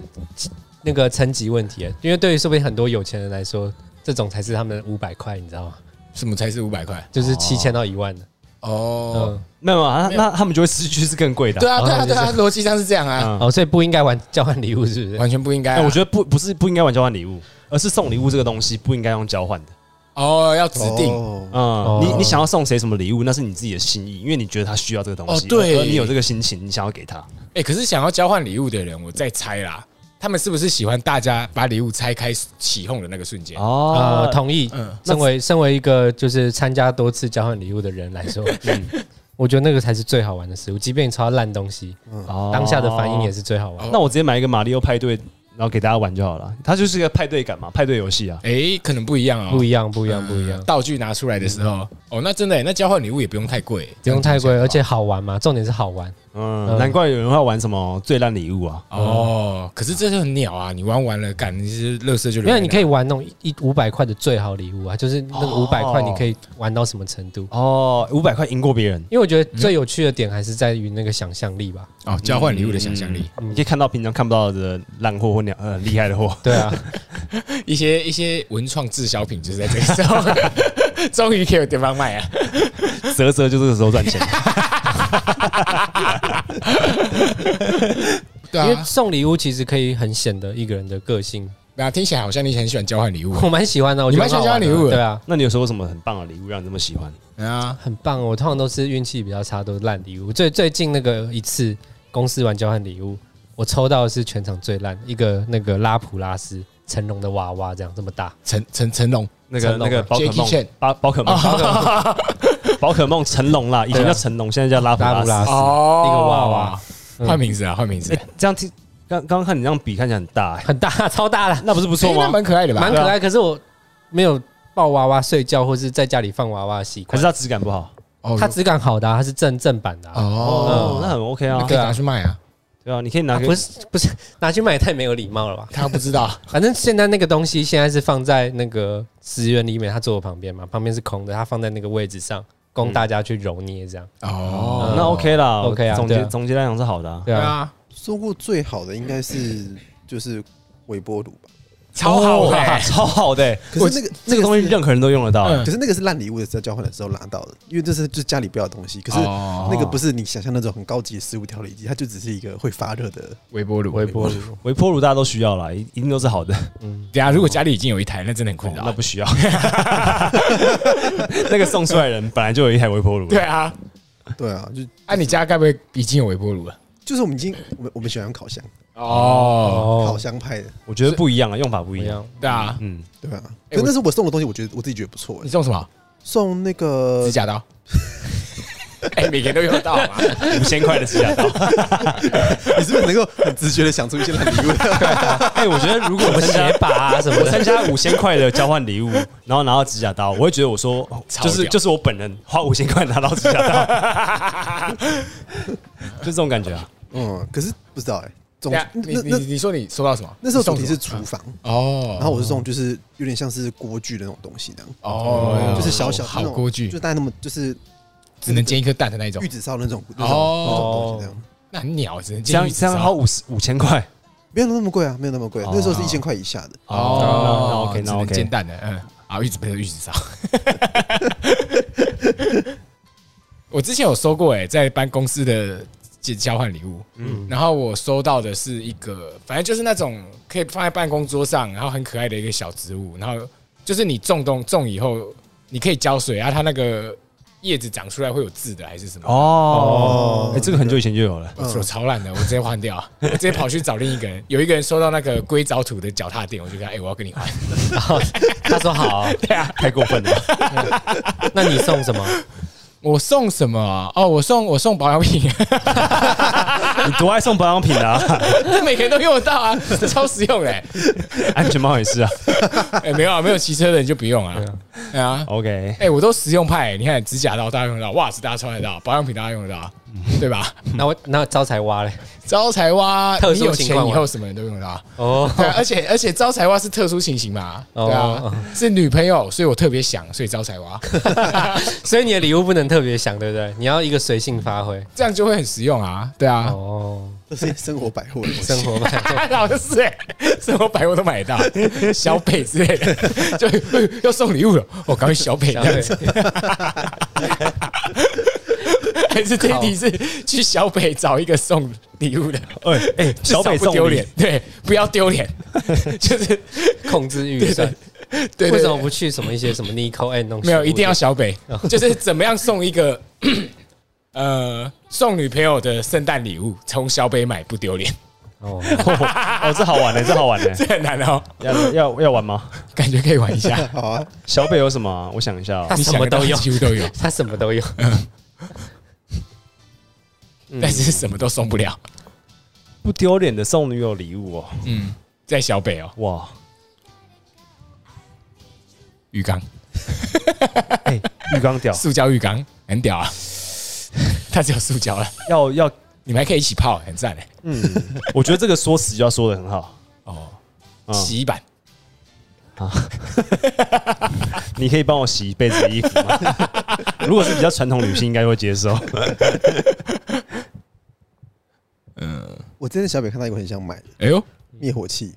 [SPEAKER 4] 那个层级问题，因为对于说不定很多有钱人来说，这种才是他们的五百块，你知道吗？
[SPEAKER 1] 什么才是五百块？
[SPEAKER 4] 就是
[SPEAKER 2] 哦
[SPEAKER 4] 七千到一万的。
[SPEAKER 1] 哦，
[SPEAKER 4] 嗯，
[SPEAKER 2] 没有啊，那那他们就会失去是更贵的
[SPEAKER 1] 对
[SPEAKER 2] 啊。
[SPEAKER 1] 啊，对啊，
[SPEAKER 4] 哦就
[SPEAKER 1] 对
[SPEAKER 4] 是嗯
[SPEAKER 1] 啊，逻辑上是这样啊，
[SPEAKER 2] 嗯
[SPEAKER 4] 哦，所以不应该玩交换礼物，是不是？
[SPEAKER 1] 完全不应该啊、
[SPEAKER 2] 哎，我觉得不不是不应该玩交换礼物，而是送礼物这个东西不应该用交换的。
[SPEAKER 1] 哦，要指定。
[SPEAKER 3] 哦
[SPEAKER 2] 嗯，你你想要送谁什么礼物，那是你自己的心意，因为你觉得他需要这个东
[SPEAKER 1] 哦
[SPEAKER 2] 西，
[SPEAKER 1] 对
[SPEAKER 2] 而你有这个心情，你想要给他。
[SPEAKER 1] 哎、可是想要交换礼物的人，我在猜啦，他们是不是喜欢大家把礼物拆开起哄的那个瞬间？
[SPEAKER 4] 啊，
[SPEAKER 2] 哦，
[SPEAKER 4] 同意。
[SPEAKER 1] 嗯
[SPEAKER 4] 身为身为一个就是参加多次交换礼物的人来
[SPEAKER 1] [LAUGHS]
[SPEAKER 4] 说，
[SPEAKER 1] 嗯
[SPEAKER 4] 嗯我觉得那个才是最好玩的事物。即便你抽到烂东西，
[SPEAKER 2] 哦
[SPEAKER 4] 当下的反应也。是最好
[SPEAKER 1] 哦
[SPEAKER 4] 玩。
[SPEAKER 2] 那我直接买一个马里奥派对，然后给大家玩就好了。它就是一个派对感嘛，派对游戏啊。
[SPEAKER 1] 哎、可能不一样哦，
[SPEAKER 4] 不一样，不一样，不一样，
[SPEAKER 1] 道具拿出来的时候，哦，那真的耶，那交换礼物也不用太贵，
[SPEAKER 4] 不用太
[SPEAKER 1] 这
[SPEAKER 4] 贵，
[SPEAKER 1] 样
[SPEAKER 4] 而
[SPEAKER 1] 听起
[SPEAKER 4] 且
[SPEAKER 1] 来
[SPEAKER 4] 好玩嘛。重点是好玩。
[SPEAKER 2] 嗯，难怪有人会玩什么最烂礼物啊。
[SPEAKER 1] 的话哦，可是这就很鸟啊！你玩完了，干你是乐色就
[SPEAKER 4] 因为你可
[SPEAKER 1] 以
[SPEAKER 4] 以玩那种一五百块的最好礼物啊，就是那个
[SPEAKER 2] 哦
[SPEAKER 4] 五百块你可以玩到什么程度？
[SPEAKER 2] 哦，五百块赢过别人，
[SPEAKER 4] 因为我觉得最有趣的点还是在于那个想象力吧。
[SPEAKER 1] 哦，交换礼物的想象力，
[SPEAKER 2] 嗯你可以看到平常看不到的烂货或鸟呃厉害的货。 [LAUGHS]
[SPEAKER 4] 对啊，
[SPEAKER 1] 一些一些文创滞销品就是在这个时候， [LAUGHS] 终于可以有地方卖啊！
[SPEAKER 2] 泽泽就这个时候赚钱。
[SPEAKER 1] 对
[SPEAKER 4] 因为
[SPEAKER 1] 啊，
[SPEAKER 4] 送礼物其实可以很显得一个人的个性，
[SPEAKER 1] 那啊听起来好像你很喜欢交换礼物
[SPEAKER 4] 我蛮喜欢的。我觉得
[SPEAKER 1] 嗯你蛮喜欢
[SPEAKER 4] 很好玩的
[SPEAKER 1] 交换礼物的
[SPEAKER 4] 对啊，
[SPEAKER 2] 那你有收过什么很棒的礼物让你这么喜欢？
[SPEAKER 1] 啊，
[SPEAKER 4] 很棒。我通常都是运气比较差，都是烂礼物。最最近那个一次公司玩交换礼物，我抽到的是全场最烂一个那个拉普拉斯成龙的娃娃，这样这么大。
[SPEAKER 1] 成成成龙
[SPEAKER 2] 那个
[SPEAKER 4] 成龙啊
[SPEAKER 2] 那个宝可
[SPEAKER 1] Jackie Chan
[SPEAKER 2] 梦，宝宝可梦，宝可梦成龙啦，以前叫成龙，现在叫拉普
[SPEAKER 4] 拉
[SPEAKER 2] 拉
[SPEAKER 4] 普
[SPEAKER 2] 斯。
[SPEAKER 4] 拉斯
[SPEAKER 1] 哦
[SPEAKER 4] 一个娃娃，
[SPEAKER 1] 换名字啊，换名字
[SPEAKER 2] 哎，这样听，刚刚刚看你这样比看起来很大，哎
[SPEAKER 4] 很大， [LAUGHS] 超大的，
[SPEAKER 2] 那不是不错
[SPEAKER 1] 哎那
[SPEAKER 2] 吗？
[SPEAKER 1] 蛮可爱的吧
[SPEAKER 4] 蛮？可
[SPEAKER 2] 啊
[SPEAKER 4] 爱。可是我没有抱娃娃睡觉，或是在家里放娃娃的习
[SPEAKER 2] 可
[SPEAKER 4] 惯
[SPEAKER 2] 是。它质感不好。
[SPEAKER 1] 哦
[SPEAKER 4] 它质感好的、啊，它是正正版的、啊，
[SPEAKER 2] 哦，那
[SPEAKER 1] 哦，
[SPEAKER 2] 很 OK 啊
[SPEAKER 1] 那可。以拿去卖啊，
[SPEAKER 2] 对啊，你可以拿给
[SPEAKER 4] 不是不是拿去卖也太没有礼貌了吧？
[SPEAKER 1] 他不知道。
[SPEAKER 4] 反正现在那个东西现在是放在那个十元里面，它坐我旁边嘛，旁边是空的，它放在那个位置上
[SPEAKER 2] 嗯
[SPEAKER 4] 供大家去揉捏这样，
[SPEAKER 1] 哦
[SPEAKER 2] 那 OK 啦
[SPEAKER 4] OK 啊
[SPEAKER 2] 总
[SPEAKER 4] 对
[SPEAKER 2] 结
[SPEAKER 4] 啊
[SPEAKER 2] 总结来讲是好的啊。
[SPEAKER 4] 对
[SPEAKER 1] 对
[SPEAKER 4] 啊，
[SPEAKER 1] 啊，
[SPEAKER 3] 收过最好的应该是就是微波炉吧，
[SPEAKER 1] [LAUGHS] 超好
[SPEAKER 2] 哇
[SPEAKER 1] 哎，
[SPEAKER 2] 超好的欸。
[SPEAKER 3] 可是那个
[SPEAKER 2] 这个东西
[SPEAKER 3] 是
[SPEAKER 2] 任何人都用得到。啊
[SPEAKER 1] 嗯
[SPEAKER 3] 可是那个是烂礼物的时候交换的时候拿到的，因为这是就是家里不要的东西。可是
[SPEAKER 1] 哦
[SPEAKER 3] 那个不是你想象那种很高级的食物调理机，它就只是一个会发热的。
[SPEAKER 1] 微波炉，
[SPEAKER 4] 微波炉，
[SPEAKER 2] 微波炉大家都需要啦，一一定都是好的。 [LAUGHS]
[SPEAKER 1] 等一啊下，如果家里已经有一台，那真的很困
[SPEAKER 2] 哦那
[SPEAKER 1] 扰。
[SPEAKER 2] 不需要。那个送出来的人本来就有一台微波炉。
[SPEAKER 1] 对，啊，
[SPEAKER 3] 对啊，就
[SPEAKER 1] 啊，你家该不会已经有微波炉了？
[SPEAKER 3] 就是我们已经我们我们喜欢烤箱，
[SPEAKER 1] 哦，
[SPEAKER 3] 烤
[SPEAKER 4] 哦，
[SPEAKER 3] 箱派的，
[SPEAKER 2] 我觉得不一样啊，用法不
[SPEAKER 4] 不
[SPEAKER 2] 一
[SPEAKER 4] 一
[SPEAKER 2] 样。
[SPEAKER 4] 样，
[SPEAKER 1] 对啊，
[SPEAKER 2] 嗯，
[SPEAKER 3] 对啊。
[SPEAKER 1] 哎
[SPEAKER 3] 可是
[SPEAKER 1] 我
[SPEAKER 3] 那是我送的东西，我觉得我自己觉得不错
[SPEAKER 1] 你
[SPEAKER 3] 欸。
[SPEAKER 1] 送什么？
[SPEAKER 3] 送那个
[SPEAKER 1] 指甲刀。哎，每个人都用到嘛？
[SPEAKER 2] 五千块的指甲刀。
[SPEAKER 3] 你是不是能够很直觉的想出一些烂礼物？
[SPEAKER 2] [LAUGHS]
[SPEAKER 3] [LAUGHS]
[SPEAKER 2] 哎，我觉得如果我参加
[SPEAKER 4] 鞋把啊什么
[SPEAKER 2] 我
[SPEAKER 4] 的，
[SPEAKER 2] 参加五千块的交换礼物，然后拿到指甲刀，我会觉得我说，哦
[SPEAKER 1] 超
[SPEAKER 2] 就是
[SPEAKER 1] 屌
[SPEAKER 2] 就是我本人花五千块拿到指 [LAUGHS] 甲刀，就这种感觉啊。
[SPEAKER 3] 嗯，可是不知道哎，总
[SPEAKER 1] 对啊，你
[SPEAKER 3] 那
[SPEAKER 1] 你
[SPEAKER 3] 那
[SPEAKER 1] 你说你收到什么？
[SPEAKER 3] 那时候主题
[SPEAKER 1] 你送
[SPEAKER 3] 是
[SPEAKER 1] 什么
[SPEAKER 3] 厨房，
[SPEAKER 1] 哦，
[SPEAKER 3] 然后我是送就是有点像是锅具的那种东西那样，
[SPEAKER 1] 哦，
[SPEAKER 3] 就是小小的
[SPEAKER 1] 好
[SPEAKER 3] 那
[SPEAKER 1] 好
[SPEAKER 3] 种
[SPEAKER 1] 锅具
[SPEAKER 3] 就，大概那么就是
[SPEAKER 1] 只能煎一颗蛋的那一种
[SPEAKER 3] 玉，子烧那种那种那种东
[SPEAKER 1] 哦
[SPEAKER 3] 西那样，
[SPEAKER 1] 那很鸟，只能
[SPEAKER 2] 这
[SPEAKER 1] 煎
[SPEAKER 2] 样
[SPEAKER 1] 玉子
[SPEAKER 2] 这样花
[SPEAKER 1] 烧。
[SPEAKER 2] 五十五千块
[SPEAKER 3] 没有那么贵啊，没有那么贵，
[SPEAKER 2] 哦
[SPEAKER 3] 那时候是一千块以下的。
[SPEAKER 2] 那那 OK
[SPEAKER 1] 哦只
[SPEAKER 2] 那
[SPEAKER 1] 能
[SPEAKER 2] OK
[SPEAKER 1] 煎。蛋的，嗯，啊，玉子不是玉子烧。 [LAUGHS] 我之前有收过，哎，在搬公司的交换礼物，
[SPEAKER 2] 嗯，
[SPEAKER 1] 然后我收到的是一个，反正就是那种可以放在办公桌上，然后很可爱的一个小植物，然后就是你种种种以后，你可以浇水啊，它那个叶子长出来会有字的，还是什么？
[SPEAKER 2] 哦，哎，这个很久以前就 [LAUGHS] 有了。
[SPEAKER 1] 我说超烂的，我直接换掉，我直接跑去找另一个人。有一个人收到那个硅藻土的脚踏垫，我就跟他，哎、我要跟你换。
[SPEAKER 4] 哦他说好，
[SPEAKER 2] 太过 [LAUGHS] 分了。
[SPEAKER 4] 那你送什么？
[SPEAKER 1] [LAUGHS] 我送什么啊、哦，我送我送保养品， [LAUGHS]
[SPEAKER 2] 你多爱送保养品啊， [LAUGHS]
[SPEAKER 1] 每个人都用得
[SPEAKER 4] [LAUGHS]
[SPEAKER 1] 到啊，超实用的、
[SPEAKER 2] 安全帽也是啊。
[SPEAKER 1] 哎、没有啊，没有骑车的你就不用啊。对啊，
[SPEAKER 2] OK，
[SPEAKER 1] 哎、我都实用派、你看指甲刀大家用得到，袜子大家穿得到，保养品大家用得到，
[SPEAKER 4] 嗯
[SPEAKER 1] 对吧？
[SPEAKER 4] 那我那招财蛙嘞？
[SPEAKER 1] 招财蛙，
[SPEAKER 4] 特
[SPEAKER 1] 你
[SPEAKER 4] 殊
[SPEAKER 1] 有
[SPEAKER 4] 情
[SPEAKER 1] 钱
[SPEAKER 4] 况
[SPEAKER 1] 以
[SPEAKER 4] 吗
[SPEAKER 1] 后什么人都用得到。
[SPEAKER 4] 哦，
[SPEAKER 1] 对啊、而且而且招财蛙是特殊情形嘛，对
[SPEAKER 4] 哦
[SPEAKER 1] 啊，是女朋友，所以我特别想，所以招财蛙，
[SPEAKER 4] [LAUGHS] 所以你的礼物不能特别想，对不对？你要一个随性发挥。
[SPEAKER 1] 这样就会很实用啊，对啊，
[SPEAKER 4] 哦，
[SPEAKER 3] 这是生活百
[SPEAKER 1] [LAUGHS]
[SPEAKER 3] 货的东西
[SPEAKER 4] 生活嘛，
[SPEAKER 1] 老是哎、欸，什么百货都买得
[SPEAKER 4] [LAUGHS]
[SPEAKER 1] 到，小北之类的，就、哎要送礼物了，我搞一小北这
[SPEAKER 4] 小
[SPEAKER 1] 样
[SPEAKER 4] 北
[SPEAKER 1] 子，还是这一题是去小北找一个送礼物的，
[SPEAKER 2] 哎哎，小北
[SPEAKER 1] 至少
[SPEAKER 2] 送
[SPEAKER 1] 不丢
[SPEAKER 2] 礼
[SPEAKER 1] 脸，，对，不要丢
[SPEAKER 4] [LAUGHS]
[SPEAKER 1] 脸，就是
[SPEAKER 4] 控制预算。
[SPEAKER 1] 对对
[SPEAKER 4] 为什
[SPEAKER 1] 对
[SPEAKER 4] 么不哦去什么一些什么 Nico and 弄？
[SPEAKER 1] 没有，一定要小北，就是怎么样送一个 [COUGHS] 呃送女朋友的圣诞礼物，从小北买不丢脸， [LAUGHS]
[SPEAKER 4] 哦，
[SPEAKER 2] [LAUGHS] 哦，这好玩 [LAUGHS] 的，这好玩
[SPEAKER 1] 这
[SPEAKER 2] 的，
[SPEAKER 1] 很难哦，
[SPEAKER 2] 要要要玩吗？
[SPEAKER 1] 感觉可以玩一
[SPEAKER 4] [LAUGHS]
[SPEAKER 1] 下，
[SPEAKER 3] [LAUGHS] 好啊，
[SPEAKER 2] 小北有什么啊？我想一下哦
[SPEAKER 4] 他，
[SPEAKER 1] 你
[SPEAKER 4] 什
[SPEAKER 1] 想
[SPEAKER 4] 么
[SPEAKER 1] 得到
[SPEAKER 4] 都有，
[SPEAKER 1] 几乎都有，
[SPEAKER 4] 他什么都有。 [LAUGHS] 嗯
[SPEAKER 1] 但是什么都送不了。
[SPEAKER 2] 不丢脸的送女友礼物哦，
[SPEAKER 1] 嗯，在小北哦，
[SPEAKER 2] 哇，
[SPEAKER 1] 浴缸，
[SPEAKER 2] 哎，浴缸屌，
[SPEAKER 1] 塑胶浴缸，很屌啊！ [LAUGHS] 它只有塑胶了，
[SPEAKER 2] 要要，
[SPEAKER 1] 你们还可以一起泡，很赞哎。
[SPEAKER 2] 嗯，我觉得这个说死就要说的很好，
[SPEAKER 1] 哦，
[SPEAKER 2] 嗯
[SPEAKER 1] 洗衣板，
[SPEAKER 2] 你可以帮我洗一辈子的衣服吗？ [LAUGHS] 如果是比较传统女性，应该会接受。
[SPEAKER 3] 我之前小北看到一个很想买的
[SPEAKER 1] 哎呦，
[SPEAKER 3] 灭火器，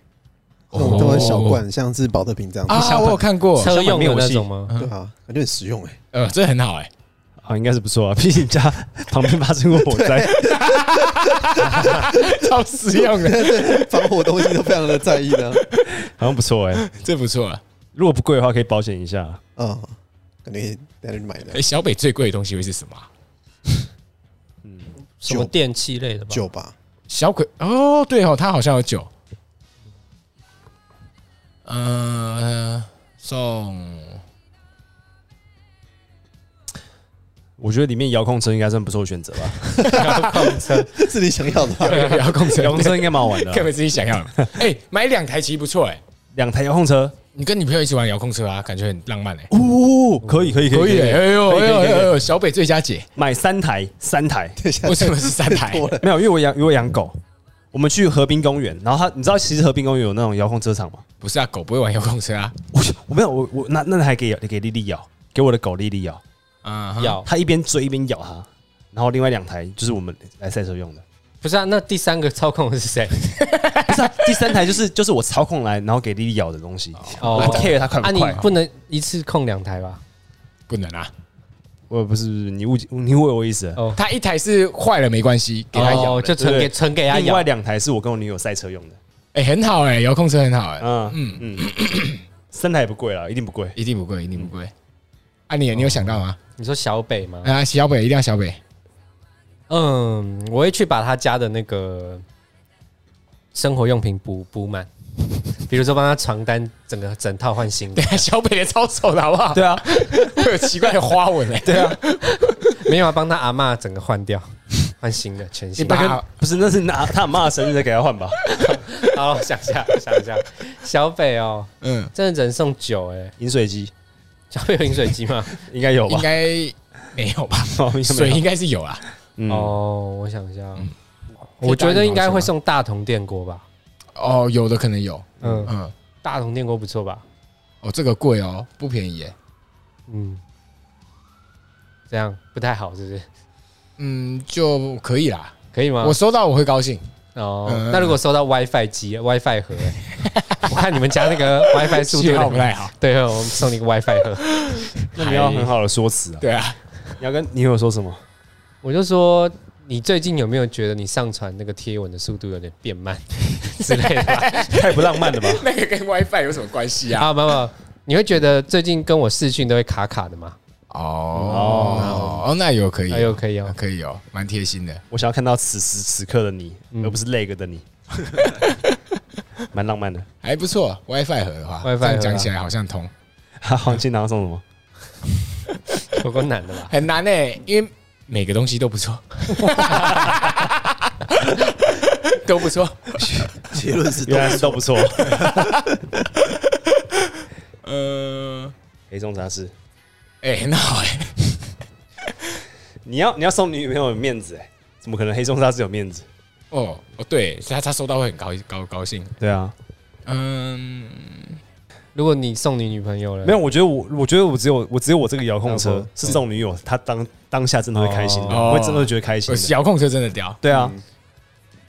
[SPEAKER 3] 那
[SPEAKER 1] 哦
[SPEAKER 3] 种那么小罐，像是保特瓶这样子，
[SPEAKER 1] 啊，我有看过，
[SPEAKER 4] 车用的那种吗？
[SPEAKER 3] 对啊，感觉很实用哎。
[SPEAKER 1] 呃，这很好哎。
[SPEAKER 2] 啊，应该是不错啊，毕竟家旁边发生过火灾，
[SPEAKER 1] 超实用的，
[SPEAKER 3] [LAUGHS] 防火东西都非常的啊在意呢。
[SPEAKER 2] 好像不错哎。
[SPEAKER 1] [LAUGHS] 这不错啊。
[SPEAKER 2] 如果不贵的话，可以保险一下。
[SPEAKER 3] 啊，感觉带人买的
[SPEAKER 1] 哎，小北最贵的东西会是什么啊？
[SPEAKER 4] 什么电器类的吧？
[SPEAKER 3] 酒吧， [LAUGHS]
[SPEAKER 1] 小鬼哦，对哦，他好像有酒。呃，送
[SPEAKER 2] 我觉得里面遥控车应该算不错的选择 [LAUGHS] 吧，
[SPEAKER 4] 遥控车，
[SPEAKER 3] 这是你想要的
[SPEAKER 2] [LAUGHS]
[SPEAKER 3] 吧？
[SPEAKER 1] 有有遥控车，
[SPEAKER 2] 遥控车应该蛮好玩的啊
[SPEAKER 1] 根。本自己想要的。哎，买两台其实不错哎，
[SPEAKER 2] 两台遥控车，
[SPEAKER 1] 你跟女朋友一起玩遥控车啊，感觉很浪漫哎。
[SPEAKER 2] 哦，可 [LAUGHS] 以可以可以，
[SPEAKER 1] 可以哎，哎呦
[SPEAKER 2] 可
[SPEAKER 1] 哎
[SPEAKER 2] 以可以
[SPEAKER 1] 呦
[SPEAKER 2] 可以
[SPEAKER 1] 哎
[SPEAKER 2] 可以
[SPEAKER 1] 呦，小北最佳
[SPEAKER 2] [LAUGHS]
[SPEAKER 1] 姐，
[SPEAKER 2] 买三台三台，
[SPEAKER 3] 等一下
[SPEAKER 1] 为
[SPEAKER 3] [LAUGHS]
[SPEAKER 1] 什么是三台？
[SPEAKER 3] 多了
[SPEAKER 2] 没有，因为我养因为我养狗，我们去河滨公园，然后他你知道其实河滨公园有那种遥控车场吗？
[SPEAKER 1] 不是啊，狗不会玩遥控车啊。
[SPEAKER 2] 我 [LAUGHS] 我没有我我那那台给给丽丽咬，给我的狗丽丽咬，
[SPEAKER 1] 啊，
[SPEAKER 4] 要
[SPEAKER 2] 它一边追一边咬它，然后另外两台就是我们来赛车用的，
[SPEAKER 4] 不是啊？那第三个操控的
[SPEAKER 1] [LAUGHS]
[SPEAKER 4] 是谁？
[SPEAKER 2] 不是、啊、第三台就是就是我操控来，然后给丽丽咬的东西，
[SPEAKER 4] 哦
[SPEAKER 2] 我不 care 它快
[SPEAKER 4] 啊，
[SPEAKER 2] 不
[SPEAKER 4] 你
[SPEAKER 2] 快，
[SPEAKER 4] 不能一次控两台吧？
[SPEAKER 1] 不能啊。
[SPEAKER 2] 我不是你误解你误会我意思了。
[SPEAKER 4] 哦，
[SPEAKER 1] 它一台是坏了没关系，给它咬
[SPEAKER 4] 哦
[SPEAKER 1] 了，
[SPEAKER 4] 就存
[SPEAKER 2] 对
[SPEAKER 4] 给存给他
[SPEAKER 2] 另外
[SPEAKER 4] 咬。
[SPEAKER 2] 两台是我跟我女友赛车用的，
[SPEAKER 1] 哎，很好哎，遥控车很好哎，
[SPEAKER 2] 嗯嗯 [COUGHS] 嗯，三台也不贵啦，一定不贵。
[SPEAKER 1] 一定不贵，一定不贵。啊，你你有想到吗？
[SPEAKER 4] 你说小北吗？
[SPEAKER 2] 嗯
[SPEAKER 1] 啊，小北一定要小
[SPEAKER 2] [LAUGHS]
[SPEAKER 1] 北。
[SPEAKER 4] 嗯，我会去把他家的那个生活用品补补满， [LAUGHS] 比如说帮他床单整个整套换新
[SPEAKER 2] [LAUGHS]
[SPEAKER 4] 的
[SPEAKER 1] 对。啊，小北的超丑的好不好？
[SPEAKER 2] 对啊，
[SPEAKER 1] 会有奇怪的花
[SPEAKER 2] [LAUGHS]
[SPEAKER 1] 纹哎、对啊，
[SPEAKER 4] 没有啊，帮他阿嬷整个换掉，换新的全
[SPEAKER 1] 你
[SPEAKER 4] 新的。
[SPEAKER 1] 爸跟
[SPEAKER 2] 啊不是，那是拿他妈的生日再给他换吧。
[SPEAKER 4] 好，我想一下，我想一下，小北哦，
[SPEAKER 1] 嗯，
[SPEAKER 4] 真的只能送酒哎、
[SPEAKER 2] 饮水机
[SPEAKER 4] 小北有饮水机吗？
[SPEAKER 2] 应该有
[SPEAKER 1] [LAUGHS]
[SPEAKER 2] 吧
[SPEAKER 1] 应？该没有吧？
[SPEAKER 2] [LAUGHS] 哦应该没有
[SPEAKER 1] 水应该是有啊，
[SPEAKER 2] 嗯
[SPEAKER 4] 哦，我想一下，我觉得应该会送大同电锅吧。
[SPEAKER 1] 哦，有的可能有，
[SPEAKER 4] 嗯，
[SPEAKER 1] 嗯，
[SPEAKER 4] 大同电锅不错吧？
[SPEAKER 1] 哦，这个贵哦，不便宜耶，
[SPEAKER 4] 嗯，这样不太好，是不是？
[SPEAKER 1] 嗯，就可以啦。
[SPEAKER 4] 可
[SPEAKER 2] 嗯
[SPEAKER 4] 以吗？
[SPEAKER 1] 我收到我会高兴，
[SPEAKER 4] 哦，
[SPEAKER 1] 嗯
[SPEAKER 4] 那如果收到 WiFi 机、WiFi 盒，欸 [LAUGHS] 我看你们家那 [LAUGHS] 个 WiFi 速度
[SPEAKER 1] 信
[SPEAKER 4] 有
[SPEAKER 1] 号
[SPEAKER 4] 点
[SPEAKER 1] 不太好。
[SPEAKER 4] 对，我们送你个 WiFi 盒。 [LAUGHS]
[SPEAKER 2] 那你要很好的说辞啊！
[SPEAKER 1] 对啊，
[SPEAKER 2] 你要跟你有说什么？
[SPEAKER 4] 我就说，你最近有没有觉得你上传那个贴文的速度有点变 [LAUGHS] 慢之类的吧？
[SPEAKER 2] 太不浪漫了吧？
[SPEAKER 1] [LAUGHS]
[SPEAKER 2] [LAUGHS]
[SPEAKER 1] 那个跟 WiFi 有什么关系啊？
[SPEAKER 4] 啊，没有没有，你会觉得最近跟我视讯都会卡卡的吗？
[SPEAKER 1] 啊哦哦，那有可以，
[SPEAKER 4] 哎呦，可以
[SPEAKER 1] 啊
[SPEAKER 4] 哦，
[SPEAKER 1] 可以哦，蛮贴心的。
[SPEAKER 2] 我想要看到此时此刻的你，而不是那个的你， [LAUGHS] 蛮浪漫的。
[SPEAKER 1] 还不错，WiFi 盒的话
[SPEAKER 4] WiFi 盒啊
[SPEAKER 1] 这样讲起来好像通，
[SPEAKER 2] 哈黄金囊送什么？
[SPEAKER 4] 有够难的吧？
[SPEAKER 1] 很难诶、因为每个东西都不错， [LAUGHS] 都不错。
[SPEAKER 3] 结论是都
[SPEAKER 2] 原来是都不错。
[SPEAKER 1] 呃，
[SPEAKER 2] 黑松杂志，
[SPEAKER 1] 哎、很好哎、
[SPEAKER 2] 你要你要送女朋友面子哎、怎么可能黑松杂志有面子？
[SPEAKER 1] 哦哦，对，他他收到会很高高高兴。
[SPEAKER 2] 对啊，
[SPEAKER 1] 嗯，
[SPEAKER 4] 如果你送你女朋友了，
[SPEAKER 2] 没有，我觉得我我觉得我只有我只有我这个遥控
[SPEAKER 4] 遥
[SPEAKER 2] 车
[SPEAKER 4] 控
[SPEAKER 2] 是送女友，她当当下真的会开心的，
[SPEAKER 1] 哦嗯
[SPEAKER 2] 会真的会觉得开心的。
[SPEAKER 1] 呃遥控车真的屌，
[SPEAKER 2] 对啊，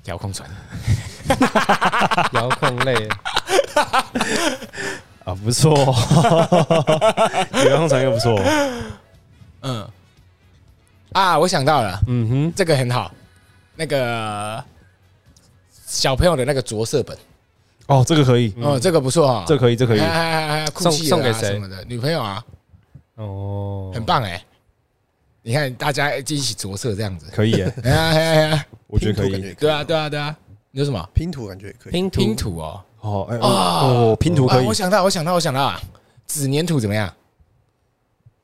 [SPEAKER 1] 遥控船。
[SPEAKER 4] 遥控类，
[SPEAKER 2] 啊不错， [LAUGHS] 有遥控车又不错。
[SPEAKER 1] 嗯，啊，我想到了，
[SPEAKER 4] 嗯哼，
[SPEAKER 1] 这个很好，那个小朋友的那个着色本，
[SPEAKER 2] 哦，这个可以，
[SPEAKER 1] 哦，这个不错啊、哦，
[SPEAKER 2] 这个可以，这个可以
[SPEAKER 1] 哎。哎哎哎酷气
[SPEAKER 4] 送
[SPEAKER 1] 了啊
[SPEAKER 4] 送给谁
[SPEAKER 1] 什么的？女朋友啊，
[SPEAKER 4] [LAUGHS] 哦，
[SPEAKER 1] 很，棒哎、你看大家一起着色这样子，
[SPEAKER 2] 可以耶、
[SPEAKER 1] 哎呀哎呀哎呀，
[SPEAKER 2] 我觉得可
[SPEAKER 3] 拼图感
[SPEAKER 2] 以啊
[SPEAKER 3] 觉。
[SPEAKER 1] 对啊对啊对啊，你有什么
[SPEAKER 3] 拼图感觉也可以，
[SPEAKER 4] 拼图
[SPEAKER 1] 拼图哦？
[SPEAKER 2] 哦，哎、
[SPEAKER 1] 啊
[SPEAKER 2] 哦，拼图可
[SPEAKER 1] 啊
[SPEAKER 2] 以
[SPEAKER 1] 我，想到我想到我想到啊，纸粘土怎么样？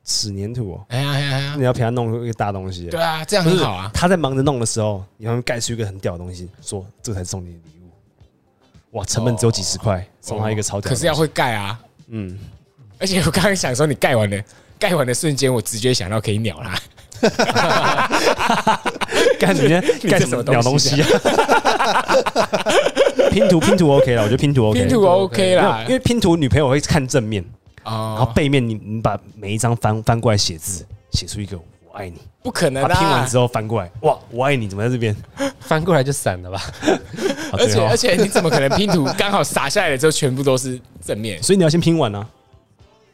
[SPEAKER 2] 纸粘土哦，
[SPEAKER 1] 哎呀哎呀哎呀
[SPEAKER 2] 你，要陪他弄一个大东西耶。
[SPEAKER 1] 对啊，这样
[SPEAKER 2] 不
[SPEAKER 1] 很
[SPEAKER 2] 是
[SPEAKER 1] 好啊，
[SPEAKER 2] 他在忙着弄的时候，你旁边盖出一个很屌的东西，说这才是送你的礼物。哇，成本只有几十块，送他一个超屌的东西。
[SPEAKER 1] 可是要会盖啊，
[SPEAKER 2] 嗯，
[SPEAKER 1] 而且我刚刚想说你盖完了。盖完的瞬间，我直觉想到可以鸟啦，
[SPEAKER 2] 干什 [LAUGHS] 么？干
[SPEAKER 1] 这
[SPEAKER 2] 什
[SPEAKER 1] 什
[SPEAKER 2] 么
[SPEAKER 1] 么
[SPEAKER 2] 鸟东
[SPEAKER 1] 东西
[SPEAKER 2] 西啊？ [LAUGHS] 拼图拼图 OK 了，我觉得啊拼图 OK。啊
[SPEAKER 1] 拼图 OK
[SPEAKER 2] 没有
[SPEAKER 1] 啦
[SPEAKER 2] 因，为拼图女朋友会看正面，然后
[SPEAKER 1] 哦，
[SPEAKER 2] 背面你你把每一张翻翻过来写字，写出一个我爱你。
[SPEAKER 1] 不可能
[SPEAKER 2] 她
[SPEAKER 1] 啊！
[SPEAKER 2] 拼完之后翻过来，哇，我爱你怎么在这边？
[SPEAKER 4] 翻过来就散 [LAUGHS] 了吧？
[SPEAKER 2] 好
[SPEAKER 1] 而且
[SPEAKER 2] 对哦
[SPEAKER 1] 而且你怎么可能拼图刚好撒下来的之后全部都是正面？
[SPEAKER 2] 所以你要先拼完啊。
[SPEAKER 1] [LAUGHS]
[SPEAKER 2] [LAUGHS]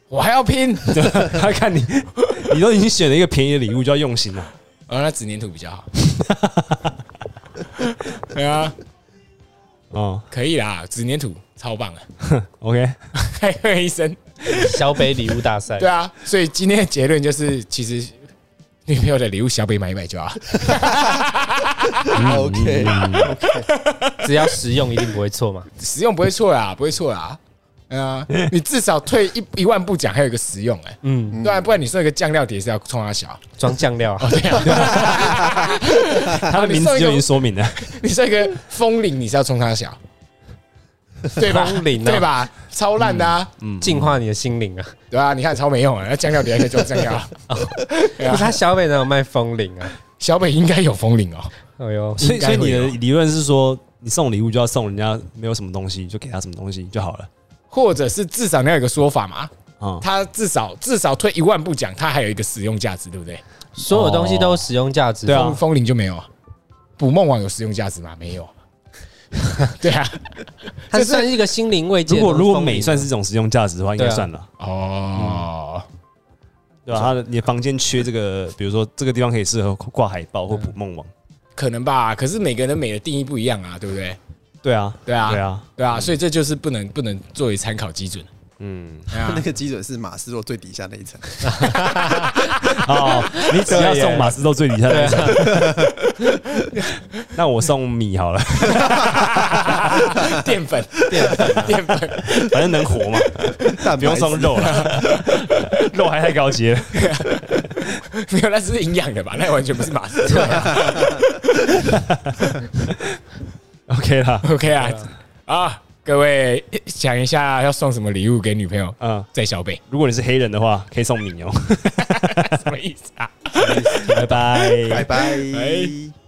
[SPEAKER 1] 我还要拼，
[SPEAKER 2] 他看你，你都已经选了一个便宜的礼物，就要用心了。
[SPEAKER 1] 哦，那纸粘土比较好。 [LAUGHS] 对啊，
[SPEAKER 2] 哦
[SPEAKER 1] 可以啦，纸粘土超 [LAUGHS] 棒啊！
[SPEAKER 2] ，OK，
[SPEAKER 1] 还有医生，
[SPEAKER 4] 小北礼物大赛，
[SPEAKER 1] 对啊，所以今天的结论就是，其实女朋友的礼物小北买一买就好。
[SPEAKER 3] 啊
[SPEAKER 4] [LAUGHS]
[SPEAKER 3] OK，
[SPEAKER 2] 嗯
[SPEAKER 4] 只要实用一定不会错嘛。
[SPEAKER 1] 实用不会错啦，不会错啦。嗯啊，你至少退一一万步讲，还有一个实用哎、
[SPEAKER 4] 嗯，
[SPEAKER 1] 对啊，不然你送一个酱料碟是要冲它小，
[SPEAKER 4] 装酱料 [LAUGHS] 啊，
[SPEAKER 2] [LAUGHS] 他的名字就已经说明了。
[SPEAKER 1] [LAUGHS] 你送一个风铃你是要冲它小，对吧？
[SPEAKER 4] 风铃啊嗯
[SPEAKER 1] 对吧？超烂的啊，
[SPEAKER 4] 净化你的心灵啊。
[SPEAKER 1] 对啊，你看超没用啊，那酱料碟还可以装酱料。
[SPEAKER 4] [LAUGHS]
[SPEAKER 1] 对
[SPEAKER 4] 可
[SPEAKER 1] 啊
[SPEAKER 4] 是他小北哪有卖风铃啊？
[SPEAKER 1] 小北应该有风铃哦，
[SPEAKER 4] 哎呦，
[SPEAKER 2] [LAUGHS] 所以，
[SPEAKER 1] 应该
[SPEAKER 2] 所
[SPEAKER 1] 会
[SPEAKER 2] 以你的
[SPEAKER 1] 有
[SPEAKER 2] 理论是说，你送礼物就要送人家没有什么东西，就给他什么东西就好了。
[SPEAKER 1] 或者是至少你要有一个说法嘛，
[SPEAKER 4] 哦
[SPEAKER 2] 啊、
[SPEAKER 1] 它至少至少退一万步讲，它还有一个实用价值，对不对？
[SPEAKER 4] 所有东西都有使用价值。
[SPEAKER 2] 对啊
[SPEAKER 1] 风风铃就没有啊，捕梦网有实用价值吗？没有。 [LAUGHS] 对啊，
[SPEAKER 4] 它算是一个心灵慰藉。
[SPEAKER 2] 如果
[SPEAKER 4] 那
[SPEAKER 2] 如
[SPEAKER 4] 种
[SPEAKER 2] 果
[SPEAKER 4] 风铃啊
[SPEAKER 2] 美算是这种实用价值的话，应该
[SPEAKER 4] 对啊
[SPEAKER 2] 算了，
[SPEAKER 1] 哦，
[SPEAKER 4] 嗯
[SPEAKER 2] 对吧、他的你的房间缺这 [LAUGHS] 个，比如说这个地方可以适合挂海报或捕梦网。
[SPEAKER 1] 可能吧。可是每个人的美的定义不一样啊，对不对？
[SPEAKER 2] 对啊，
[SPEAKER 1] 对啊
[SPEAKER 2] 对啊，
[SPEAKER 1] 对啊，所以这就是不能不能作为参考基准。
[SPEAKER 2] 嗯，
[SPEAKER 1] 对啊
[SPEAKER 3] [LAUGHS] 那个基准是马斯洛最底下那
[SPEAKER 2] [LAUGHS]
[SPEAKER 3] 一层，
[SPEAKER 2] [LAUGHS] 哦，你只要送马斯洛最底下的那一层， [LAUGHS] 那我送米好了， [LAUGHS]
[SPEAKER 1] 啊 [LAUGHS] 淀粉，淀粉，淀粉。
[SPEAKER 2] 反正能活嘛，
[SPEAKER 3] 但
[SPEAKER 2] 不用送肉了， [LAUGHS] 肉还太高级了。
[SPEAKER 1] 没有，那是营养的吧？那完全不是马 [LAUGHS] 斯克。
[SPEAKER 2] OK 啦，
[SPEAKER 1] OK 啊，啊，各位想一下要送什么礼物给女朋友？
[SPEAKER 2] 嗯，
[SPEAKER 1] 在小北 [LAUGHS]
[SPEAKER 2] 如果你是黑人的话，可以送米哦。
[SPEAKER 1] 什么意思啊？
[SPEAKER 2] [LAUGHS] 拜拜，
[SPEAKER 3] 拜拜
[SPEAKER 2] 哎
[SPEAKER 1] 拜。